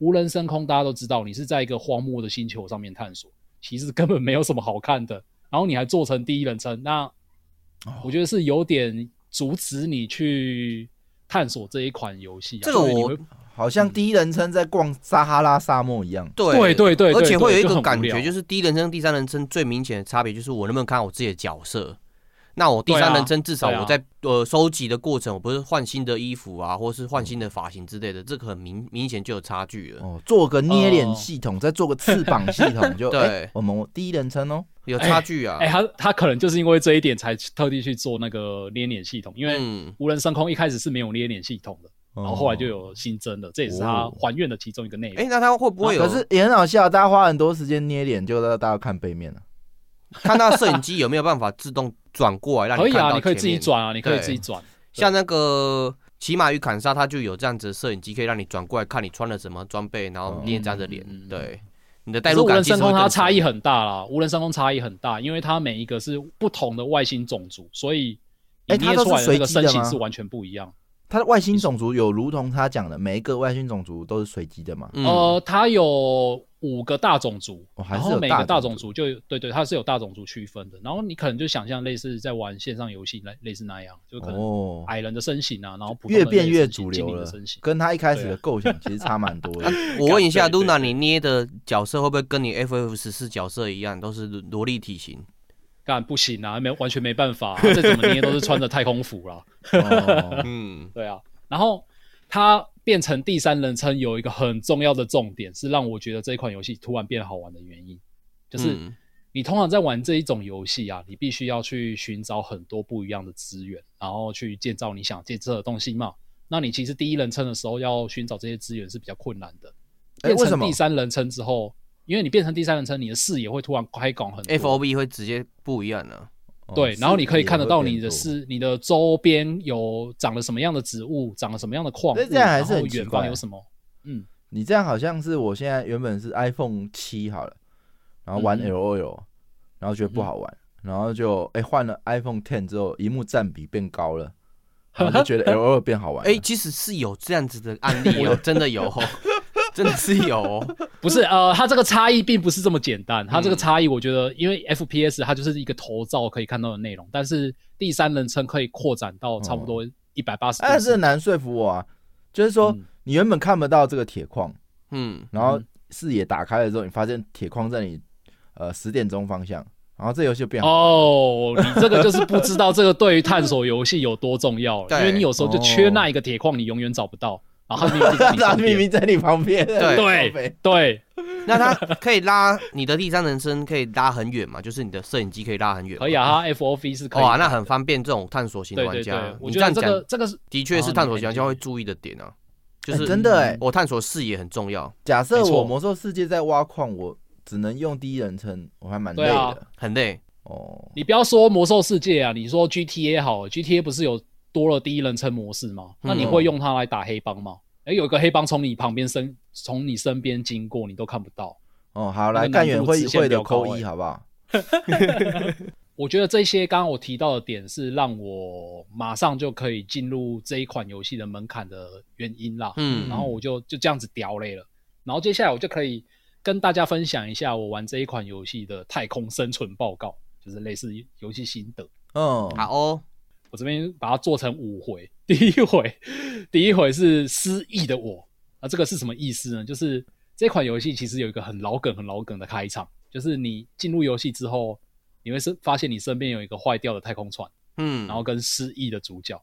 无人深空，大家都知道，你是在一个荒漠的星球上面探索，其实根本没有什么好看的。然后你还做成第一人称，
哦
那我觉得是有点阻止你去探索这一款游戏、啊。
这个
所以你
我
会
好像第一人称在逛撒哈拉沙漠一样。
对
对
对对
而
对
且
对
会有一
就
个
很无
感
聊
觉，就是第一人称、第三人称最明显的差别就是我能不能看好我自己的角色。那我第
对
三
啊
人称至少
对啊
我在、呃收集的过程，我不是换新的衣服啊，或是换新的发型之类的，这个很明明显就有差距了，
哦，做个捏脸系统， 再做个翅膀系统，就
对
哎我们第一人称哦，
有差距啊。
哎、他他可能就是因为这一点才特地去做那个捏脸系统，因为
嗯，哦
无人升空一开始是没有捏脸系统的，
然
哦然后后来就有新增的，这也是他还愿的其中一个内容。
哎、那他会
啊
不会有？
哦可是也很好笑，大家花很多时间捏脸，就让大家看背面啊了。
看那摄影机有没有办法自动转过来让
可
你
以
看到
啊，你可以
前
自己
面
转啊，你可以
对
自己转。
像那个骑马与砍杀，它就有这样子的摄影机，可以让你转过来看你穿了什么装备，然后
嗯
你也这样子脸，
嗯
对，你的代
但是
入
无
感
人
其
升
实会
空它
更
差异
强
很大啦，无人升空差异很大，因为它每一个是不同的外星种族，所以你
哎它
捏
都
出来
是
的那个
随机
身
的
形
吗
是完全不一样。
它的外星种族有如同他讲的，每一个外星种族都是随机的嘛。
嗯
呃，它有五个大种族，
哦还
然
是
后
有
每
大
个大
种
种族就有对对，它是有大种族区分的。然后你可能就想象类似在玩线上游戏类类似那样，就可能
哦，
矮人的身形啊，然后普通
越
人的
变越
身形
主
精
流
灵的
了
身，形。
跟他一开始
对
的
啊
构想其实差蛮多 的。
我问一下
对对
，Luna，
对
你捏的角色会不会跟你 FF 十四角色一样，都是萝莉体 型？
干不行啊，没完全没办法、啊，再怎么捏都是穿着太空服啦。
哦
嗯，
对啊，然后它变成第三人称有一个很重要的重点，是让我觉得这一款游戏突然变好玩的原因，就是
嗯
你通常在玩这一种游戏啊，你必须要去寻找很多不一样的资源，然后去建造你想建设的东西嘛。那你其实第一人称的时候要寻找这些资源是比较困难的，
哎
变
为什
成
么
第三人称之后，因为你变成第三人称，你的视野会突然开广很多。
，FOB 会直接不一样啊了。
哦
对，然后你可以看得到你的
视野
是你的周边有长了什么样的植物，长了什么样的矿物，
那这样还是
然
很
后
奇
远
怪啊
方有什么。嗯，
会变多。你这样好像是我现在原本是 iPhone 七好了，然后玩
嗯
LOL，然后觉得不好玩，然后就哎换了 iPhone Ten 之后，荧幕占比变高了，然后就 觉得 LOL 变好玩了。
嗯
哎，其实是有这样子的案例哦，真的有 哦，真的是有哦。
不是，呃，它这个差异并不是这么简单。它这个
嗯
差异，我觉得因为 FPS 它就是一个头照可以看到的内容，但是第三人称可以扩展到差不多
哦
一百八十。
哎
但是很难说服我啊，就是说
嗯
你原本看不到这个铁矿，
嗯，
然后视野打开了之后，你发现铁矿在你呃十点钟方向，然后这游戏就变 好。
哦，你这个就是不知道这个对于探索游戏有多重要 了，
对哦
因为你有时候就缺那一个铁矿，你永远找不到，然后它明明就在你
他
身
明
边。
明在你旁边，
对
靠北
对，
那它可以拉你的第三人称，可以拉很远嘛？就是你的摄影机可以拉很远嘛。
可以啊，它 FOV 是可以。
哇，哦那很方便这种探索型的
对
玩
对
家
对，。
你
我觉得
样
这
讲
个这个是
的确是
哦
探
你
索
可以
型玩家会注意的点啊，就
哎
是
真的哎
我探索视野很重要，
假设
没错
我魔兽世界在挖矿，我只能用第一人称，我还蛮累
对啊
的。
很累。
哦，
你不要说魔兽世界啊，你说 GTA 好了，GTA 不是有多了第一人称模式吗？那你会用它来打黑帮吗？哎、有一个黑帮从你旁边身从你身边经过，你都看不到。
哦，好，
那
来
个
干
难
员
度
会
直线
会的
飙高
扣一，
哎
好不好？
我觉得这些刚刚我提到的点是让我马上就可以进入这一款游戏的门槛的原因啦。
嗯
然后我就就这样子屌累了，然后接下来我就可以跟大家分享一下我玩这一款游戏的太空生存报告，就是类似游戏心得。
嗯，
好哦，
我这边把它做成五回。第一回，第一回是失忆的我啊，这个是什么意思呢？就是这款游戏其实有一个很老梗、很老梗的开场，就是你进入游戏之后，你会是发现你身边有一个坏掉的太空船，
嗯，
然后跟失忆的主角。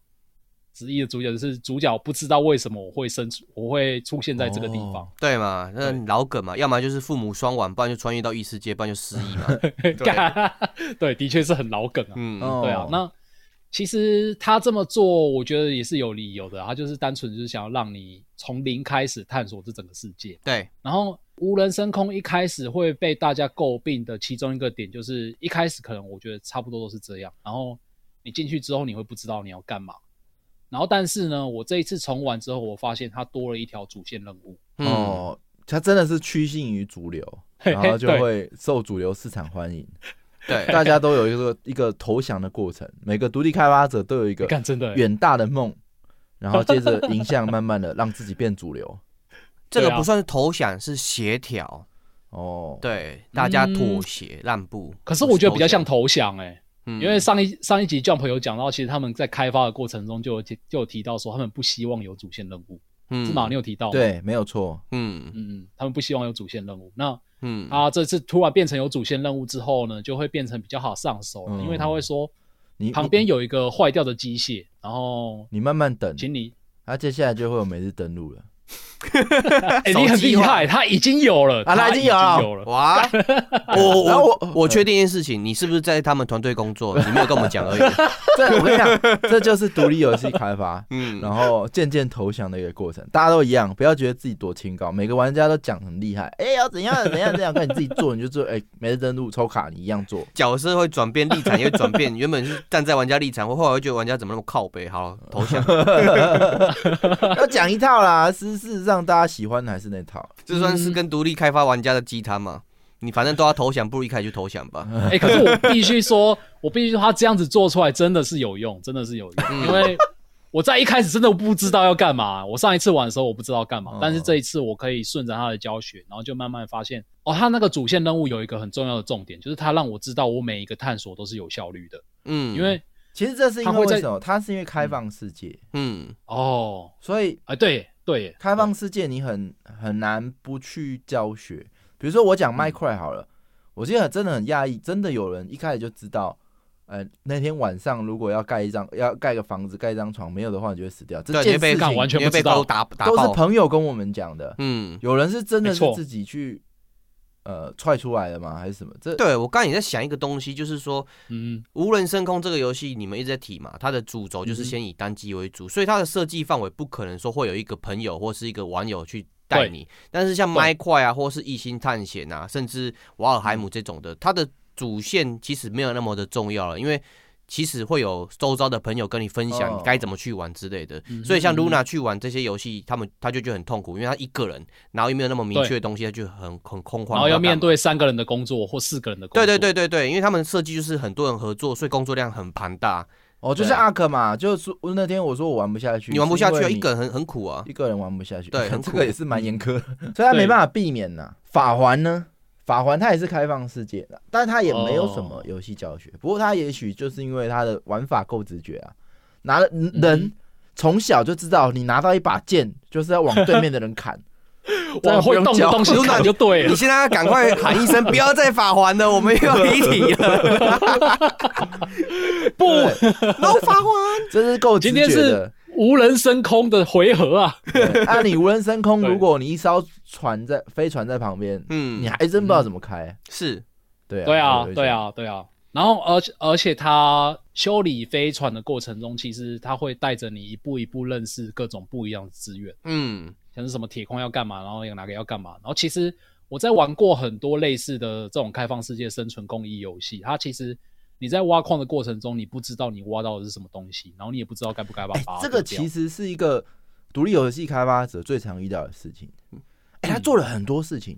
失忆的主角就是主角不知道为什么我会生出，我会出现在这个地方。
哦
对嘛，那
对
老梗嘛，要么就是父母双亡，不然就穿越到异世界，不然就失忆 嘛。
干对，的确是很老梗啊。
嗯
哦
对啊，那其实他这么做，我觉得也是有理由的啊。他就是单纯就是想要让你从零开始探索这整个世界。
对，
然后无人升空一开始会被大家诟病的其中一个点，就是一开始可能我觉得差不多都是这样。然后你进去之后，你会不知道你要干嘛。然后但是呢，我这一次重玩之后，我发现它多了一条主线任务。
嗯
哦，它真的是趋近于主 流，
嘿
然啊后就
对
会受主流市场欢迎，
对，
啊
大家都有一个一个投降的过程，每个独立开发者都有一个
干真的欸
远大的梦，然后接着影响慢慢的让自己变主 流。
这个
对啊
不算是投降，是协调，
哦，
对，大家妥协让步。
嗯
嗯
可是我觉得比较像
投
投降哎、
降，
因为上一上一集 Jump 有讲到，其实他们在开发的过程中就有提就有提到说，他们不希望有主线任务，
嗯
是吗？你有提到吗，
对，没有错。
嗯
嗯嗯，他们不希望有主线任务。那啊
嗯，
他这次突然变成有主线任务之后呢，就会变成比较好上手了，
嗯
因为他会说，
你
旁边有一个坏掉的机械，然后
你慢慢等，
请你，
他接下来就会有每日登录了。
哎、你很厉害，他已经有了，
啊啊他已经有了
了，有了，
哇！我
然后
我
我
我确定一件事情，你是不是在他们团队工作？你没有跟我们 讲而已。
这我跟你讲，这就是独立游戏开发，
嗯，
然后渐渐投降的一个过程。大家都一样，不要觉得自己多清高，每个玩家都讲很厉害，哎、要怎样怎样怎样，看你自己做，你就做，哎、每日登录抽卡，你一样 做。
角色会转变，立场也会转变。原本是站在玩家立场，我后来会觉得玩家怎么那么靠背？好，投降。
要讲一套啦，事事实上大家喜欢的还是那套。
这算是
嗯
跟独立开发玩家的鸡汤嘛？你反正都要投降，不如一开始就投降吧。
哎、可是我必须说，我必须说，他这样子做出来真的是有用，真的是有用，
嗯
因为我在一开始真的不知道要干嘛。我上一次玩的时候我不知道干嘛，
哦
但是这一次我可以顺着他的教学，然后就慢慢发现，哦，他那个主线任务有一个很重要的重点，就是他让我知道我每一个探索都是有效率的，
嗯，
因为
其实这是因
他
为
会在
为什么？它是因为开放世界，
嗯
哦，
所以
哎、对耶对耶，
开放世界你很很难不去教学。比如说我讲 Minecraft 好了，我记得真的很讶异，真的有人一开始就知道，呃，那天晚上如果要盖一张要盖个房子盖一张床，没有的话你就会死掉。这
对，你
件
会被
事
干
情
完全
你会
不知
被
道
包打打
都是
爆。
朋友跟我们讲的，
嗯，
有人是真的
没
是
错
自己去呃踹出来的吗？还是什么？这
对我刚才也在想一个东西，就是说
嗯，
无人深空这个游戏，你们一直在提嘛，它的主轴就是先以单机为主，所以它的设计范围不可能说会有一个朋友或是一个网友去带
对
你。但是像
对
麦块啊，或是异星探险啊，甚至瓦尔海姆这种的，它的主线其实没有那么的重要了，因为。其实会有周遭的朋友跟你分享
哦
你该怎么去玩之类的，
嗯
所以像
嗯嗯
Luna 去玩这些游戏，他们他就觉得很痛苦，因为他一个人，然后又没有那么明确的东西，他就很很空旷，
然后要
不知道干
面
嘛
对三个人的工作或四个人的工
对
作，
对对对对，因为他们设计就是很多人合作，所以工作量很庞大，
哦，就是
对
Ark 嘛，就是那天我说我玩不下去，
你玩不下去
是因
啊，
为
一
你
个人很很苦啊。
一个人玩不下去，
对很
这
苦嗯
个也是蛮严苛的， 所以他没办法避免呐。法环呢，法环它也是开放世界的，但它也没有什么
哦
游戏教学。不过它也许就是因为它的玩法够直觉啊，拿了
嗯
人从小就知道，你拿到一把剑就是要往对面的人 砍，这
往
样不
会
用
动的
教
东西
Luna，
看就对啊了
你。现在要赶快喊一声，不要再 法环了，我们又要离题了。
不，
No 哦法环，
这是够直
今天
觉的
是。无人升空的回合啊！
对啊，你无人升空，
对
如果你一艘船在飞船在旁边，你
嗯，
还真不知道怎么开。
是
对啊，
对啊
我，就
对啊，对啊。然后，而且而且，它修理飞船的过程中，其实它会带着你一步一步认识各种不一样的资源，
嗯
像是什么铁矿要干嘛，然后有哪个要干嘛。然后，其实我在玩过很多类似的这种开放世界生存公益游戏，它其实你在挖矿的过程中，你不知道你挖到的是什么东西，然后你也不知道该不该把它
哎、
丢掉。
这个其实是一个独立游戏开发者最常遇到的事情。哎、他
嗯
做了很多事情，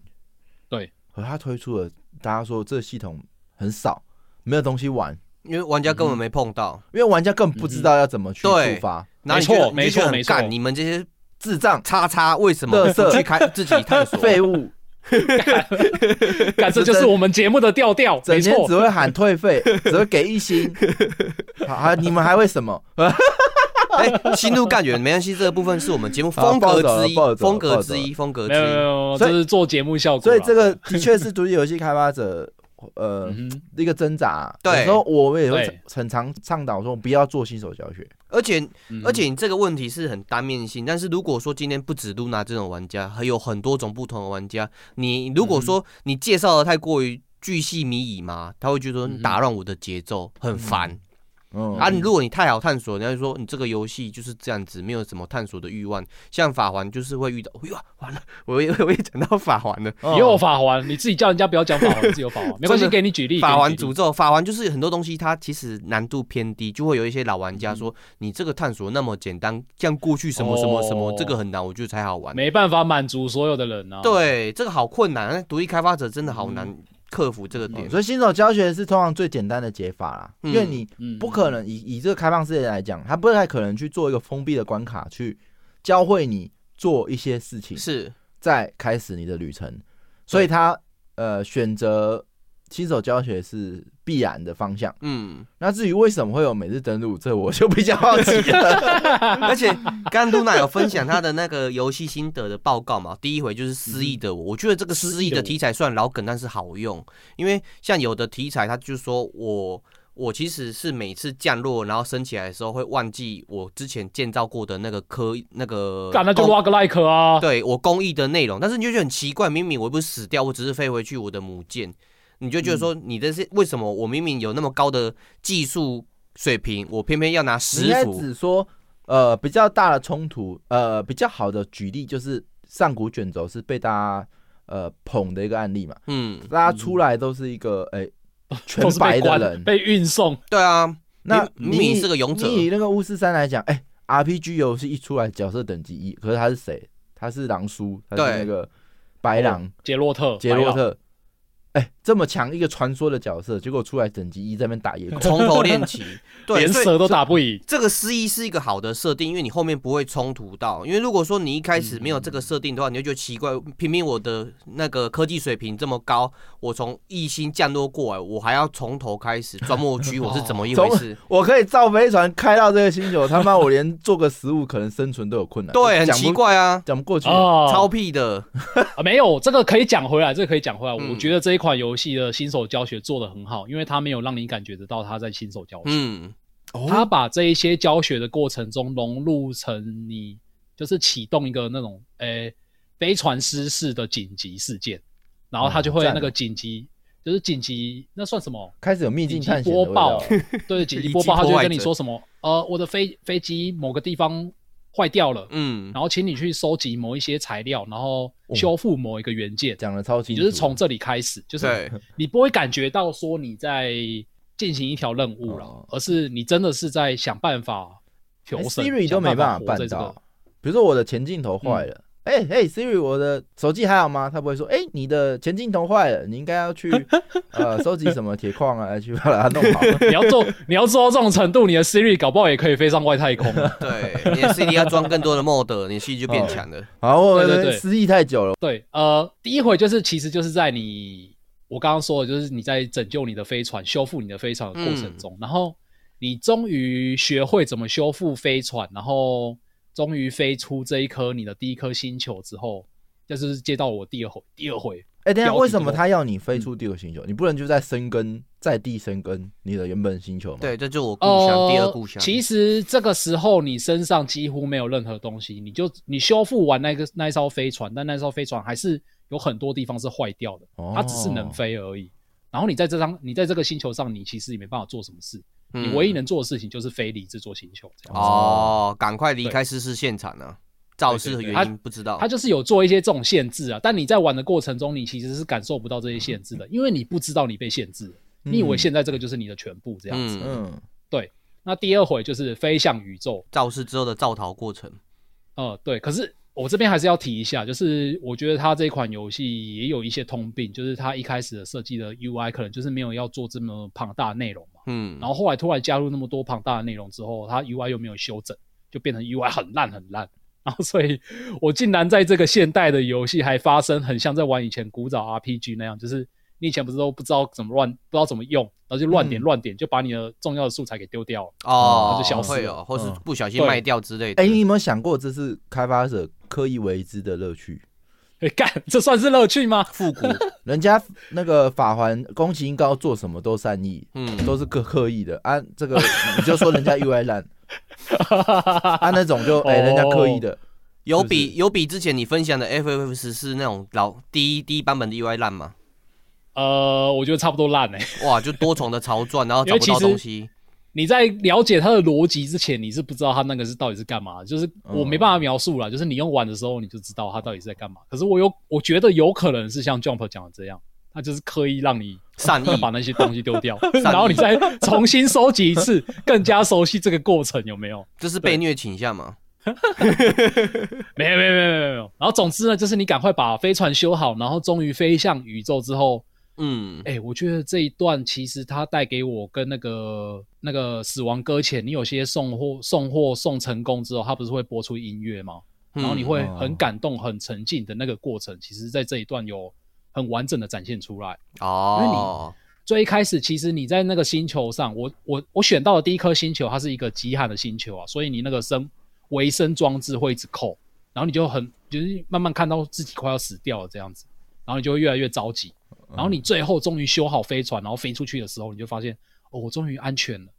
对，
和他推出了，大家说这系统很少，没有东西玩，
因为玩家根本没碰
嗯
到，
因为玩家根本不知道要怎么去
嗯哼
触发，
然后你
没错
就你就觉得
没错
很
没
干，
错
你们这些
智 障、
叉叉为什么
垃圾
不去开 自己探索？
废物，
干，这就是我们节目的调调，
整
没
天
错
只。会喊退 费，只会给一星，好啊，你们还会什 么？
哎，心路干员没关系，这个部分是我们节目风
好暴
格
啊
走
之一
暴，走
风格
暴
之一，风格之
没有没有没
一。
有，
所
这
以
是做节目效果啦。
所以这个的确是独立游戏开发者。呃
嗯，哼
一个挣扎，啊
对
有时候我们也会
对
很常倡导说，不要做新手教学，
而且
嗯
而且你这个问题是很单面性，但是如果说今天不止露娜这种玩家，还有很多种不同的玩家，你如果说你介绍的太过于巨细靡遗嘛，他会觉得说你打乱我的节奏，很烦、
嗯
啊。你如果你太好探索，人家就说你这个游戏就是这样子，没有什么探索的欲望。像法环就是会遇到， 哎呦完了，我也我也讲到法环了。
嗯
也有法环，你自己叫人家不要讲法环，自己有法 环，没关系，
哦真的
给你举例。
法环
给你
诅
举例
咒，法环就是很多东西它其实难度偏低，就会有一些老玩家说、你这个探索那么简单，像过去什么什么什么，
哦
这个很难，我觉得才好玩。
没办法满足所有的人啊。，
对，这个好困难，那独立开发者真的好难
嗯
克服这个点。
所以新手教学是通常最简单的解法啦，
嗯
因为你
嗯
不可能以以这个开放世界来讲，它不太可能去做一个封闭的关卡去教会你做一些事情，
是，
再开始你的旅程，所以它呃选择新手教学是必然的方向。
嗯，
那至于为什么会有每日登录，这我就比较好奇 了。
而且刚刚露娜有分享她的那个游戏心得的报告嘛，第一回就是失忆的我，
嗯
我觉得这个失忆的题材虽然老梗，但是好用，因为像有的题材，它就是说我我其实是每次降落然后升起来的时候，会忘记我之前建造过的那个科那个哦
干那就
工
rock like
哦
啊，
对我工艺的内容，但是你就觉得很奇怪，明明我又不是死掉，我只是飞回去我的母舰，你就
嗯
觉得说你这是为什么？我明明有那么高的技术水平，我偏偏要拿
你应
十
该
幅？
只说呃比较大的冲突，呃比较好的举例就是上古卷轴是被大家呃捧的一个案例嘛，
嗯，
大家出来都是一个 哎、全
都是
白
被
的
关
人，
被运送，
对啊，
那
明明是个勇者
你以那个巫师三来讲，哎、r p g 游戏一出来，角色等级一，可是他是谁？他是狼叔，他是
对，
那个白狼
杰洛特，
杰洛
哦白狼，
特。哎、这么强一个传说的角色，结果出来等级一在那边打野狗
从头练 起，对，
连
所以
蛇都打不赢，
这个失忆是一个好的设定，因为你后面不会冲突到。因为如果说你一开始没有
嗯
这个设定的话，你就觉得奇怪，偏偏我的那个科技水平这么高，我从异星降落过来，我还要从头开始 钻墨区，我是怎么一回事？
我可以造飞船开到这个星球，他妈我连做个食物可能生存都有困难，
对，很
讲不
奇，怪啊，
讲不过去。
哦，
超屁 的，
啊，没有，这个可以讲回来，这个可以讲回来。
嗯
我觉得这一款游戏的新手教学做得很好，因为它没有让你感觉得到它在新手教学，
嗯，
哦
它把这一些教学的过程中融入成你就是启动一个那种诶飞船失事的紧急事件，然后它就会
哦赞
那个紧急。就是紧急，那算什么？
开始有秘境
紧急
探险的
播
味道
报
了，
对，紧急
以
播
及
报，它就会
破坏
跟你
者
说什么？呃，我的飞飞机某个地方坏掉了，
嗯，
然后请你去收集某一些材料，然后
哦
修复某一个元件。
讲的超清
你
楚。
就是从这里开始，就是
对，
你不会感觉到说你在进行一条任务了，
哦
而是你真的是在想办法求
哎
生。
Siri 都
想
没
办
办法
活在
办
这
到
个。。嗯
比如说我的前镜头坏了，哎哎，Siri，我的手机还好吗？他不会说，哎，你的前镜头坏了，你应该要 去呃收集什么铁矿啊，去把它弄好。
你要做，你要做到这种程度，你的 Siri 搞不好也可以飞上外太空。啊
对，你的 CD 要装更多的 mod，你的 CD 就变强了，
好，我
对对
们
对
失忆太久了，
对，呃，第一回就是其实就是在你我刚刚说的，就是你在拯救你的飞船、修复你的飞船的过程中，然后你终于学会怎么修复飞船，然后终于飞出这一颗你的第一颗星球之后，这就是接到我第二回第二回
哎，等一下
标记
为什么他要你
嗯
飞出第二个星球？你不能就在深耕在地深耕你的原本星球吗？
对，这就是我故乡，第二故乡，
哦其实这个时候你身上几乎没有任何东西，你就你修复完那个那一艘飞船，但那艘飞船还是有很多地方是坏掉的，
哦
它只是能飞而已。然后你在这张你在这个星球上，你其实也没办法做什么事，
嗯
你唯一能做的事情就是飞离这座星球。这样，
哦，赶快离开失事现场啊！肇事的
对对对
原因不知道，
它就是有做一些这种限制啊，但你在玩的过程中，你其实是感受不到这些限制
嗯
的，因为你不知道你被限制了，你以为现在这个就是你的全部这样子。
嗯，
嗯，
那第二回就是飞向宇宙，
肇事之后的造逃过程，
呃，对，可是我这边还是要提一下，就是我觉得它这款游戏也有一些通病，就是它一开始的设计的 UI 可能就是没有要做这么庞大的内容嘛，
嗯，
然后后来突然加入那么多庞大的内容之后，它 UI 又没有修整，就变成 UI 很烂很烂。然后，所以我竟然在这个现代的游戏还发生很像在玩以前古早 RPG 那样，就是你以前不是都不知道怎么乱，不知道怎么用，然后就乱点
嗯
乱点，就把你的重要的素材给丢掉了。它
哦，
就消失
会
了
哦，或是
嗯
不小心
对
卖掉之类的。
哎，你有没有想过这是开发者刻意为之的乐趣？
哎 干，这算是乐趣吗？
复 古，
人家那个法环宫崎英高做什么都善意，
嗯
都是刻刻意的啊。这个你就说人家 UI 烂，啊那种就哎、
哦
人家刻意的，
有
是
比有比之前你分享的 FF 十四那种老第一第一版本的 UI 烂吗？
呃，我觉得差不多烂哎、
哇，就多重的潮转，然后
因
找
为
不到
其实
东西。
你在了解它的逻辑之前，你是不知道它那个是到底是干嘛的，就是我没办法描述啦，就是你用玩的时候你就知道它到底是在干嘛。可是我有，我觉得有可能是像 Jump 讲的这样，它就是刻意让你
善意
把那些东西丢掉，
意
然后你再重新收集一次，更加熟悉这个过程，有没有？
这是被虐倾向嘛？
没有没有没有没有没有。然后总之呢，就是你赶快把飞船修好，然后终于飞向宇宙之后，
嗯，
哎、我觉得这一段其实它带给我跟那个那个死亡搁浅，你有些送货送货送成功之后，它不是会播出音乐吗？
嗯
然后你会很
哦
感动、很沉浸的那个过程，其实在这一段有很完整的展现出来。
哦，
最一开始，其实你在那个星球上，我我我选到的第一颗星球，它是一个极寒的星球啊，所以你那个生维生装置会一直扣，然后你就很就是慢慢看到自己快要死掉了这样子，
嗯
然后你就会越来越着急，然后你最后终于修好飞船，然后飞出去的时候，你就发现哦，我终于安全了。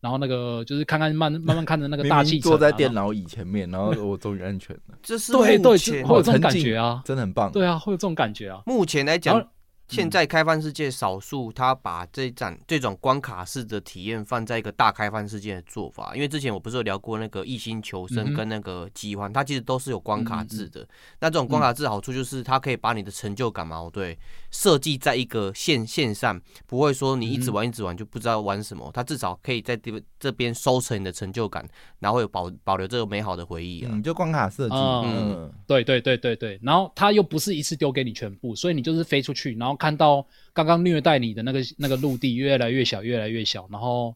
然后那个就是看看慢慢慢看着那个
明
大
明
气层啊、
坐在电
然后
脑椅前面，然 后我终于安全了，
这是
对
目
对
前
是会有这种
沉
感
浸
觉啊
真的很棒。
对啊，会有这种感觉啊。
目前来
然
讲
后，
现在开放世界少数他把这展这种关卡式的体验放在一个大开放世界的做法，因为之前我不是有聊过那个《异星求
嗯
生
哼》嗯
跟那个《饥荒》，它其实都是有关卡制的。那这种关卡制好处就是它可以把你的成就感嘛，哦对，设计在一个线线上，不会说你一
嗯
直玩一直玩就不知道玩什么，它至少可以在这这边收成你的成就感，然后有保保留这个美好的回忆啊。
嗯，就关卡设计，
嗯
嗯，
对对对对对，然后他又不是一次丢给你全部，所以你就是飞出去，然后看到刚刚虐待你的那个那个陆地越来越小，越来越小，然后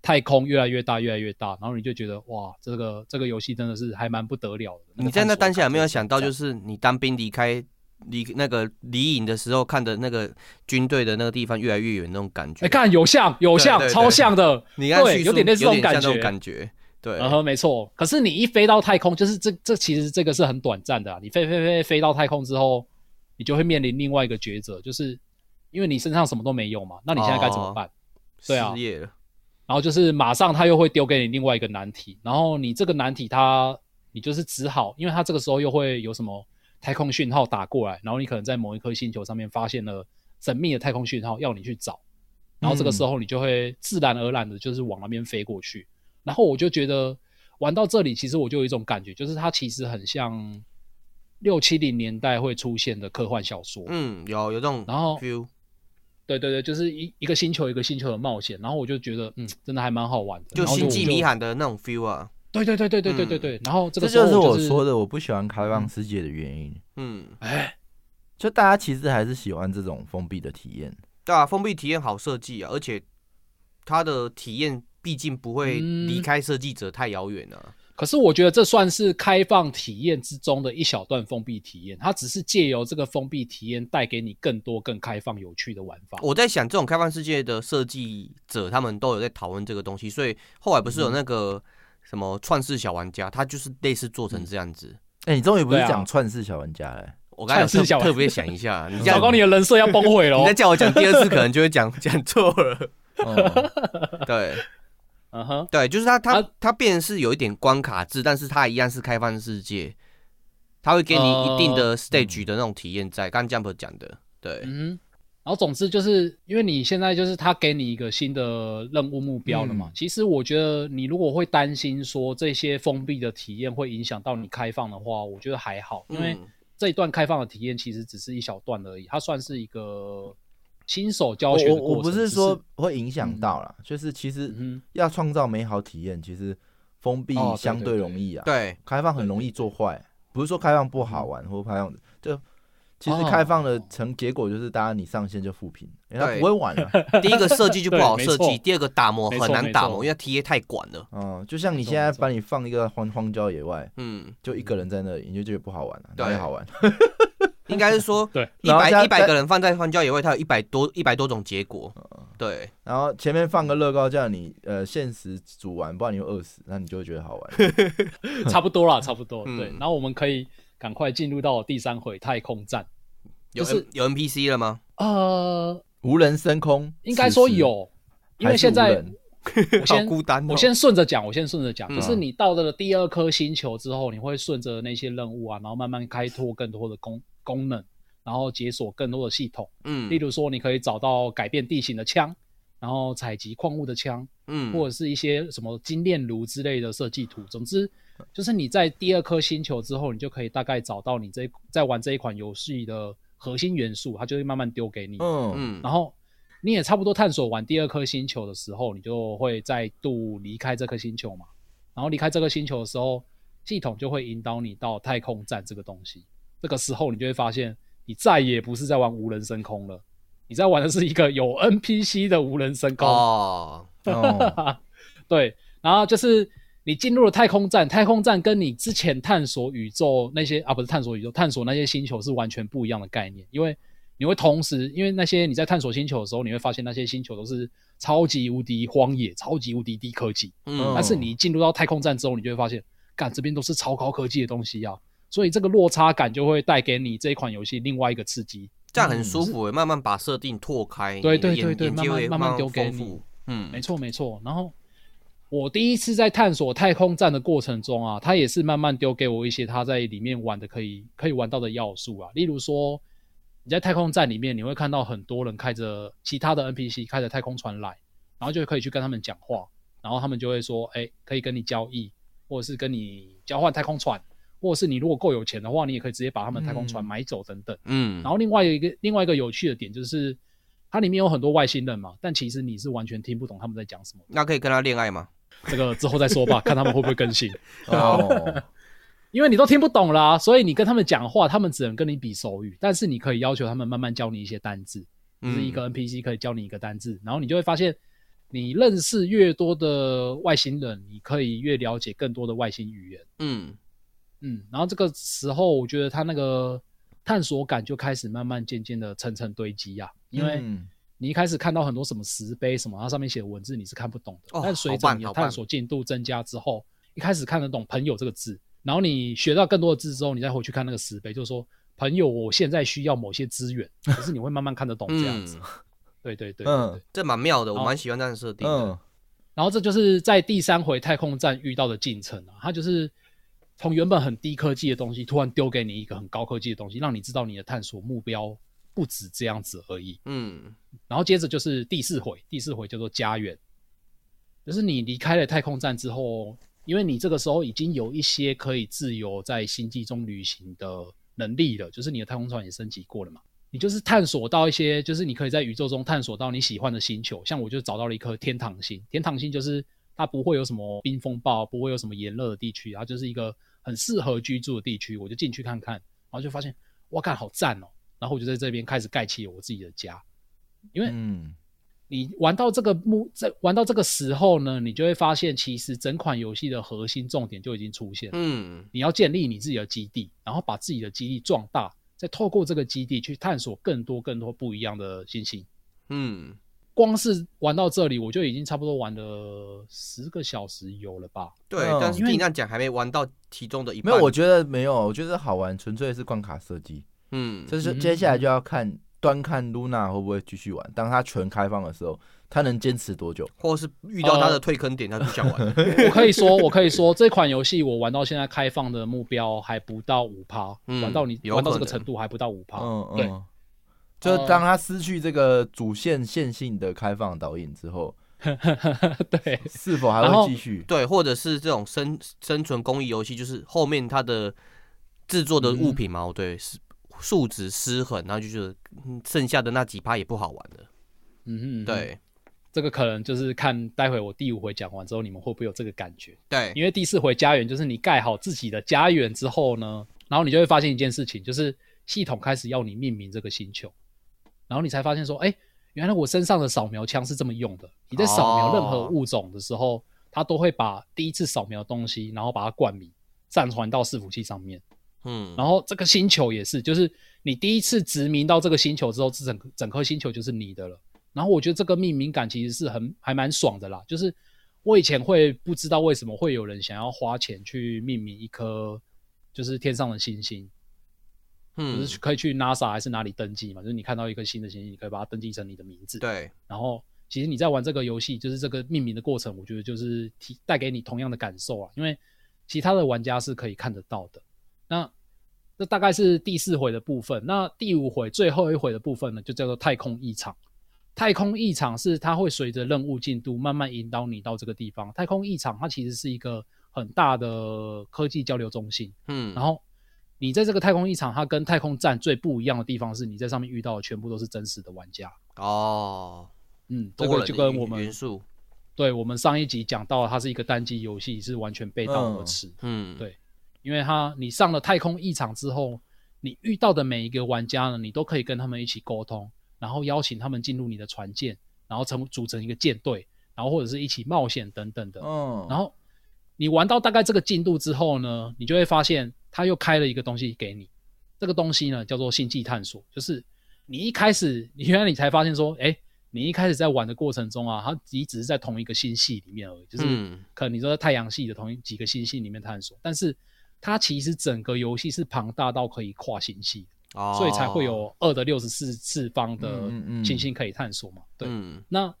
太空越来越大，越来越大，然后你就觉得哇，这个这个游戏真的是还蛮不得了的。
你在那当下有没有想到，就是是你当兵离开离那个离营的时候，看的那个军队的那个地方越来越远那种感觉？
哎，看有像有像
对对对
超像的，
你看
对
叙述
有点类似这种
有点像
感觉
那种感觉，对，
嗯哼，没错。可是你一飞到太空，就是这这其实这个是很短暂的、啊。你飞飞飞飞到太空之后，你就会面临另外一个抉择，就是因为你身上什么都没有嘛，那你现在该怎么
哦
办？对啊
失业了，
然后就是马上他又会丢给你另外一个难题，然后你这个难题他你就是只好，因为他这个时候又会有什么太空讯号打过来，然后你可能在某一颗星球上面发现了神秘的太空讯号，要你去找，
嗯
然后这个时候你就会自然而然的就是往那边飞过去。然后我就觉得玩到这里，其实我就有一种感觉，就是它其实很像六七零年代会出现的科幻小说，
嗯，有有这种
然后
feel，
对对对，就是一一个星球一个星球的冒险，然后我就觉得嗯，真的还蛮好玩的，
就
然后
星际
我
迷。航的那种 feel 啊，
对对对对对对对对。然后这
这
个
就
时
是
候我
我
就是
说，的，我不喜欢开放世界的原因。
嗯，
哎，
就大家其实还是喜欢这种封闭的体验，
对啊，封闭体验好设计啊，而且它的体验毕竟不会
嗯
离开设计者太遥远啊，
可是我觉得这算是开放体验之中的一小段封闭体验，它只是借由这个封闭体验带给你更多更开放有趣的玩法。
我在想，这种开放世界的设计者，他们都有在讨论这个东西，所以后来不是
嗯
有那个什么创世小玩家，他就是类似做
嗯
成这样子。
哎、你终于不是
对啊
讲串世小玩家了、
我刚才有
创世小
特
玩家
特别想 一下，你这样
糟糕，你的人设要崩毁了
你
哦
再。叫我讲第 二次，可能就会讲讲错了。
嗯
对
嗯哼，
对，就是他他
啊
他变成是有一点关卡制，但是他一样是开放世界，他会给你一定的 stage 的那种体验在。刚刚 Jump 讲的，
欸
对，
哦嗯嗯哼。然后总之就是因为你现在就是他给你一个新的任务目标了嘛，
嗯
其实我觉得你如果会担心说这些封闭的体验会影响到你开放的话，我觉得还好，因为
嗯
这一段开放的体验其实只是一小段而已，它算是一个新手教
我
学的
我我
过程
不
只
是
是
说会影响到啦，就是其实
嗯哼
要创造美好体验，其实封闭
哦对
相
对对
容易啊，
对，嗯哦
开放很容易做坏，不是说开放不好玩或开放就。其实开放的成结果就是，大家你上线就复评，因为他
对
不会玩 啊。
第一个设计就不 好
对没
设计，
错
第二个打磨
没
很
错
难打
没
磨，
错
因为它 TA 太广了。
嗯，就像你
没错
现在
没错
把你放一个荒荒郊野外，
嗯，
就一个人在那里，你就觉得不好玩了、哪里
对
好玩？
应该是说
对
一
然后加
百一百个人放在荒郊野外，它有一百多一百多种结果。
哦
对，
然后前面放个乐高，叫你呃限时煮完，不然你会饿死，那你就会觉得好 玩。
差不多啦，差不多。
嗯
对，然后我们可以赶快进入到第三回太空站。
有
就是
N- 有 NPC 了吗？
呃，
无人升空，
应该说
此时，
有，因
还
为
是无
现在
人
我
好
先
孤单哦
我先顺着讲，我先顺着讲，
嗯
就是你到了第二颗星球之后，你会顺着那些任务啊，然后慢慢开拓更多的功功能，然后解锁更多的系统。
嗯
例如说，你可以找到改变地形的枪，然后采集矿物的枪，
嗯
或者是一些什么精炼炉之类的设计图。总之，
嗯
就是你在第二颗星球之后，你就可以大概找到你这在玩这一款游戏的核心元素，它就会慢慢丢给你。
嗯，
嗯
然后你也差不多探索完第二颗星球的时候，你就会再度离开这颗星球嘛。然后离开这颗星球的时候，系统就会引导你到太空站这个东西。这个时候你就会发现，你再也不是在玩无人升空了，你在玩的是一个有 NPC 的无人升空。
哦，
哦，
对，然后就是你进入了太空站，太空站跟你之前探索宇宙那些啊，不是探索宇宙，探索那些星球是完全不一样的概念，因为你会同时，因为那些你在探索星球的时候，你会发现那些星球都是超级无敌荒野、超级无敌低科技，
嗯
但是你一进入到太空站之后，你就会发现，干这边都是超高科技的东西啊，所以这个落差感就会带给你这一款游戏另外一个刺激，
这样很舒服耶，欸慢慢把设定拓开，
对
你的
对
眼
对对
眼界会
慢慢慢慢丢给
丰
你
富。嗯
没，错没错。然后我第一次在探索太空站的过程中啊，他也是慢慢丢给我一些他在里面玩的可以可以玩到的要素啊，例如说你在太空站里面，你会看到很多人开着其他的 NPC 开着太空船来，然后就可以去跟他们讲话，然后他们就会说，哎，可以跟你交易，或者是跟你交换太空船。或者是你如果够有钱的话，你也可以直接把他们太空船
嗯
买走等等。
嗯，
然后另外一个另外一个有趣的点就是，它里面有很多外星人嘛，但其实你是完全听不懂他们在讲什么。
那可以跟他恋爱吗？
这个之后再说吧，看他们会不会更新，
哦，
因为你都听不懂啦，所以你跟他们讲话，他们只能跟你比手语，但是你可以要求他们慢慢教你一些单字，就是一个 NPC 可以教你一个单字，然后你就会发现，你认识越多的外星人，你可以越了解更多的外星语言。
嗯，
嗯，然后这个时候，我觉得他那个探索感就开始慢慢渐渐的层层堆积呀、 啊因为
嗯
你一开始看到很多什么石碑什么，它上面写的文字你是看不懂的。
哦
但随
好
着
棒
你的
好棒
探索进度增加之后，一开始看得懂“朋友”这个字，然后你学到更多的字之后，你再回去看那个石碑，就是说“朋友，我现在需要某些资源”，可是你会慢慢看得懂哦这样子。
嗯
对对对对
嗯
对
这蛮妙的，我
好
蛮喜欢这样的设定的。
嗯
然后这就是在第三回太空站遇到的进程啊，它就是从原本很低科技的东西，突然丢给你一个很高科技的东西，让你知道你的探索目标不止这样子而已。
嗯
然后接着就是第四回，第四回叫做家园，就是你离开了太空站之后，因为你这个时候已经有一些可以自由在星际中旅行的能力了，就是你的太空船也升级过了嘛。你就是探索到一些，就是你可以在宇宙中探索到你喜欢的星球，像我就找到了一颗天堂星，天堂星就是它不会有什么冰风暴，不会有什么炎热的地区，它就是一个很适合居住的地区，我就进去看看，然后就发现哇，干好赞哦，然后我就在这边开始盖起我自己的家，因为
嗯
你玩到这个目，这玩到这个时候呢，你就会发现，其实整款游戏的核心重点就已经出现了。
嗯
你要建立你自己的基地，然后把自己的基地壮大，再透过这个基地去探索更多更多不一样的星星。
嗯，
光是玩到这里，我就已经差不多玩了十个小时有了 吧？
对
嗯。
但是
因为
听你这样讲，还没玩到其中的一
没
半。
有，我觉得没有，我觉得好玩，纯粹是关卡设计。
嗯，
这是
嗯
接下来就要看端看 Luna 会不会继续玩。当它全开放的时候，它能坚持多久？
或是遇到他的退坑点，他就不想玩了。
我可以说，我可以说，这款游戏我玩到现在开放的目标还不到五趴，
嗯
玩到你
有
玩到这个
可能
程度还不到五趴。
嗯
对
嗯，就是当它失去这个主线线性的开放导引之后，
对，
是否还
然后
会继续？
对，或者是这种生生存公益游戏，就是后面它的制作的
嗯
物品嘛，哦对，是数值失衡，然后就觉得嗯剩下的那几趴也不好玩了。
嗯哼，嗯哼。
对
这个可能就是看待会我第五回讲完之后，你们会不会有这个感觉？
对，
因为第四回家园就是你盖好自己的家园之后呢，然后你就会发现一件事情，就是系统开始要你命名这个星球，然后你才发现说，哎，原来我身上的扫描枪是这么用的。你在扫描任何物种的时候，它都会把第一次扫描的东西，然后把它冠名上传到伺服器上面。
嗯，
然后这个星球也是，就是你第一次殖民到这个星球之后，这整整颗星球就是你的了。然后我觉得这个命名感其实是很还蛮爽的啦，就是我以前会不知道为什么会有人想要花钱去命名一颗就是天上的星星，就
嗯，
是可以去 NASA 还是哪里登记嘛，就是你看到一颗新的星星，你可以把它登记成你的名字。
对，
然后其实你在玩这个游戏，就是这个命名的过程，我觉得就是提带给你同样的感受啊，因为其他的玩家是可以看得到的。那这大概是第四回的部分，那第五回最后一回的部分呢，就叫做太空异常。太空异常是它会随着任务进度慢慢引导你到这个地方。太空异常它其实是一个很大的科技交流中心，
嗯，
然后你在这个太空异常，它跟太空站最不一样的地方是，你在上面遇到的全部都是真实的玩家。
哦，
嗯，这
多
个
了
就跟我们
元素，
对我们上一集讲到，它是一个单机游戏，是完全背道而驰。
嗯，
对因为它你上了太空异场之后，你遇到的每一个玩家呢，你都可以跟他们一起沟通，然后邀请他们进入你的船舰，然后成组成一个舰队，然后或者是一起冒险等等的。
嗯，
然后你玩到大概这个进度之后呢，你就会发现他又开了一个东西给你，这个东西呢叫做星际探索，就是你一开始你原来你才发现说，哎，你一开始在玩的过程中啊，它你只是在同一个星系里面而已，就是
嗯
可能你都在太阳系的同一几个星系里面探索，但是它其实整个游戏是庞大到可以跨星系的，
哦
所以才会有二的六十四次方的
嗯嗯嗯
行星可以探索嘛。对，
嗯
那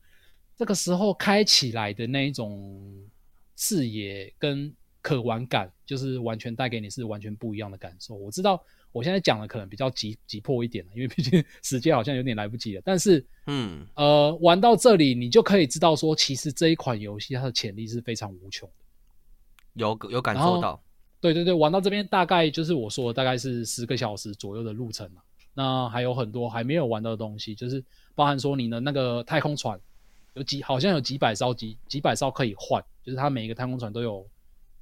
这个时候开起来的那一种视野跟可玩感，就是完全带给你是完全不一样的感受。我知道我现在讲的可能比较急急迫一点啊 了，因为毕竟时间好像有点来不及了。但是
嗯
呃，玩到这里你就可以知道说，其实这一款游戏它的潜力是非常无穷的。
有有感
然后
受到，
对对对，玩到这边大概就是我说的，大概是十个小时左右的路程嘛。那还有很多还没有玩到的东西，就是包含说你的那个太空船有几好像有几百艘几几百艘可以换，就是它每一个太空船都有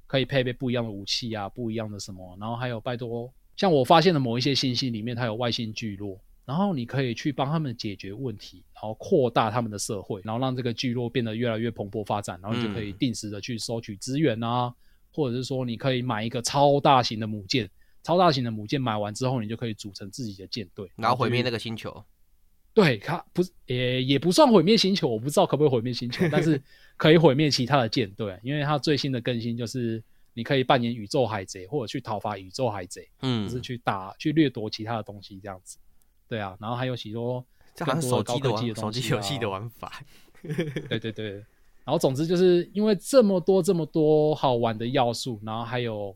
可以配备不一样的武器啊，不一样的什么。然后还有拜托，像我发现的某一些星系里面，它有外星聚落，然后你可以去帮他们解决问题，然后扩大他们的社会，然后让这个聚落变得越来越蓬勃发展，然后你就可以
嗯
定时的去收取资源啊。或者是说你可以买一个超大型的母舰，超大型的母舰买完之后，你就可以组成自己的舰队，
然后毁灭那
个。
个星球，
对，它不是也也不算毁灭星球，我不知道可不可以毁灭星球，但 是可以毁灭其他的舰队，啊因为它最新的更新就是你可以扮演宇宙海贼，或者去讨伐宇宙海贼，就
嗯，
是去打去掠夺其他的东西这样子。对啊，然后还有许多
这好像
更多的
手
高
机的
科技
玩
的
手
东
机
西啊
游戏的玩法，
对对对，然后总之就是因为这么多这么多好玩的要素，然后还有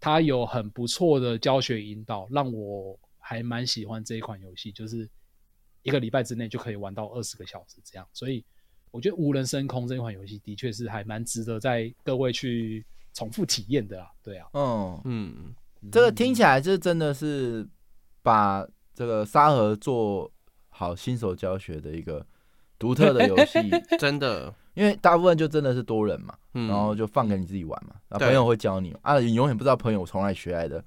它有很不错的教学引导，让我还蛮喜欢这一款游戏，就是一个礼拜之内就可以玩到二十个小时这样，所以我觉得《无人升空》这款游戏的确是还蛮值得在各位去重复体验的啦。对啊，
嗯，
嗯，
这个听起来就真的是把这个沙盒做好新手教学的一个独特的游戏，
真的，
因为大部分就真的是多人嘛，
嗯，
然后就放给你自己玩嘛，然后
对
朋友会教你啊，你永远不知道朋友从哪里学来的，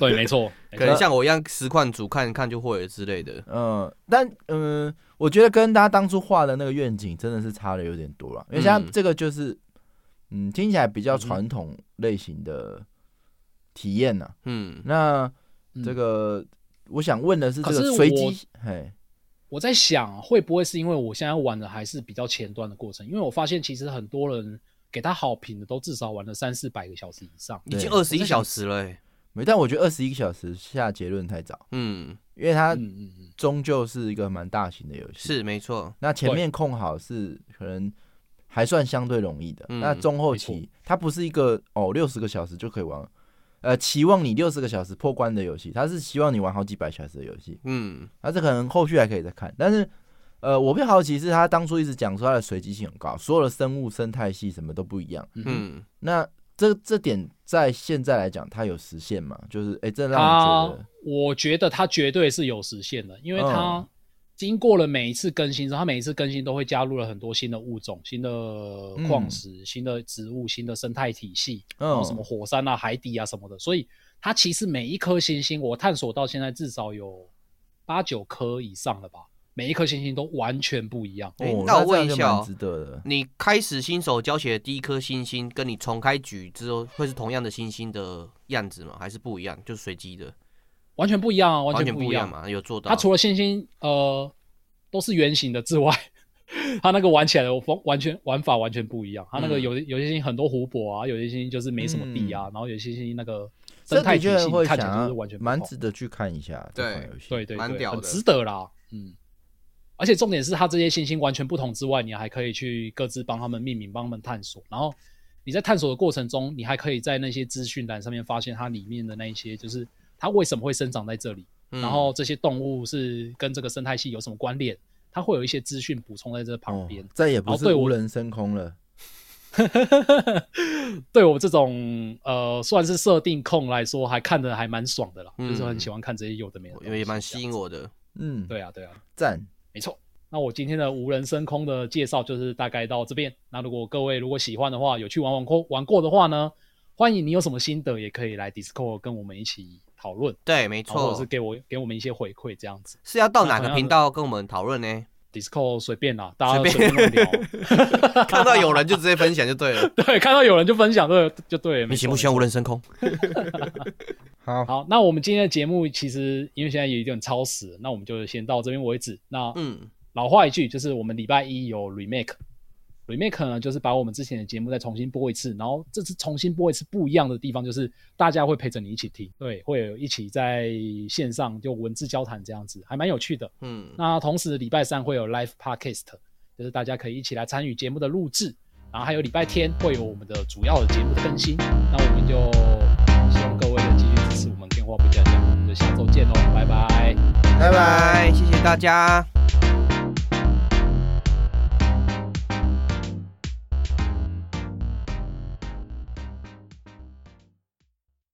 对，没错，没
可
错
能像我一样实况组看看就会了之类的，
嗯，但嗯，我觉得跟大家当初画的那个愿景真的是差的有点多啊了，因为像
嗯
这个就是，嗯，听起来比较传统类型的体验呢、
嗯
那
嗯
这个我想问的是，这
可是
个
我
随机，嘿，
我在想，会不会是因为我现在玩的还是比较前端的过程？因为我发现其实很多人给他好评的都至少玩了三四百个小时以上。
已
对
经二十一小时了、欸，
没，但我觉得二十一个小时下结论太早，
嗯，
因为它
嗯嗯嗯，
终究是一个蛮大型的游戏，
是没错，
那前
对
面控好是可能还算相对容易的，
嗯
那中后
没
期它不是一个哦六十个小时就可以玩，呃，期望你六十个小时破关的游戏，它是希望你玩好几百小时的游戏，
嗯
那这可能后续还可以再看，但是。呃，我比较好奇是他当初一直讲说它的随机性很高，所有的生物生态系什么都不一样。
嗯，
那这这点在现在来讲，它有实现吗？就是哎、诶这让你觉
他
得，
我觉得他绝对是有实现的，因为他
嗯
经过了每一次更新之后，他每一次更新都会加入了很多新的物种、新的矿石、新的植物、新的生态体系，
嗯
然后什么火山啊、海底啊什么的。所以它其实每一颗星星，我探索到现在至少有八九颗以上了吧，每一颗星星都完全不一样。
诶
哦，
那我
这
问
样
一
就
下
蛮
哦
值得的。
你开始新手教学的第一颗星星，跟你重开局之后会是同样的星星的样子吗？还是不一样？就是随机的，
完全不一样啊，
完
完
全
不
不一
样
样。嘛？有做到？
它除了星星呃都是圆形的之外， 它那个玩起来的方完全玩法完全不一样。它那个
嗯
有有些星星很多湖泊啊，有些星星就是没什么地啊，然后有些星星那个
嗯这
生态
的
体
确
系
会
看
想
起来就是
要
完全不
蛮
同
值得去看一下这
对
款游戏。哦
对对
蛮
对，
屌
很
的
值得啦，嗯。而且重点是，它这些星星完全不同之外，你还可以去各自帮他们命名，帮他们探索。然后你在探索的过程中，你还可以在那些资讯栏上面发现它里面的那一些，就是它为什么会生长在这里，
嗯
然后这些动物是跟这个生态系有什么关联，它会有一些资讯补充在这旁边
哦。，再也不
哦对
是
我
无人升空了。
对我这种呃算是设定控来说，还看得还蛮爽的啦，
嗯
就是很喜欢看这些有的没的
我
东西，
因为也蛮吸引
这样
我的。
嗯，
子。，对啊，对啊，
赞。
没错。那我今天的无人升空的介绍就是大概到这边。那如果各位如果喜欢的话，有去玩玩过玩过的话呢，欢迎你有什么心得也可以来 Discord 跟我们一起讨论，
对，没
然后或
错
者是，给我给我们一些回馈这样子。
是要到哪
那同
个
样
频
的
道跟我们讨 论呢？
Discord 随便啦，大家
随
随
便
便乱聊。
看到有人就直接分享就对了。
对，看到有人就分享这个就对了。
你
没
喜
错
不喜欢无人升空？
好，
好，那我们今天的节目其实因为现在也有点超时了，那我们就先到这边为止。那
嗯，
老话一句，就是我们礼拜一有 remake，remake remake 呢，就是把我们之前的节目再重新播一次，然后这次重新播一次不一样的地方，就是大家会陪着你一起听，对，会有一起在线上就文字交谈这样子，还蛮有趣的。
嗯，
那同时礼拜三会有 live podcast，就是大家可以一起来参与节目的录制，然后还有礼拜天会有我们的主要的节目的更新。那我们就希望各位的继续支持我们电话不加酱，我们就下周见喽，拜拜。
拜拜。
拜，谢谢大家。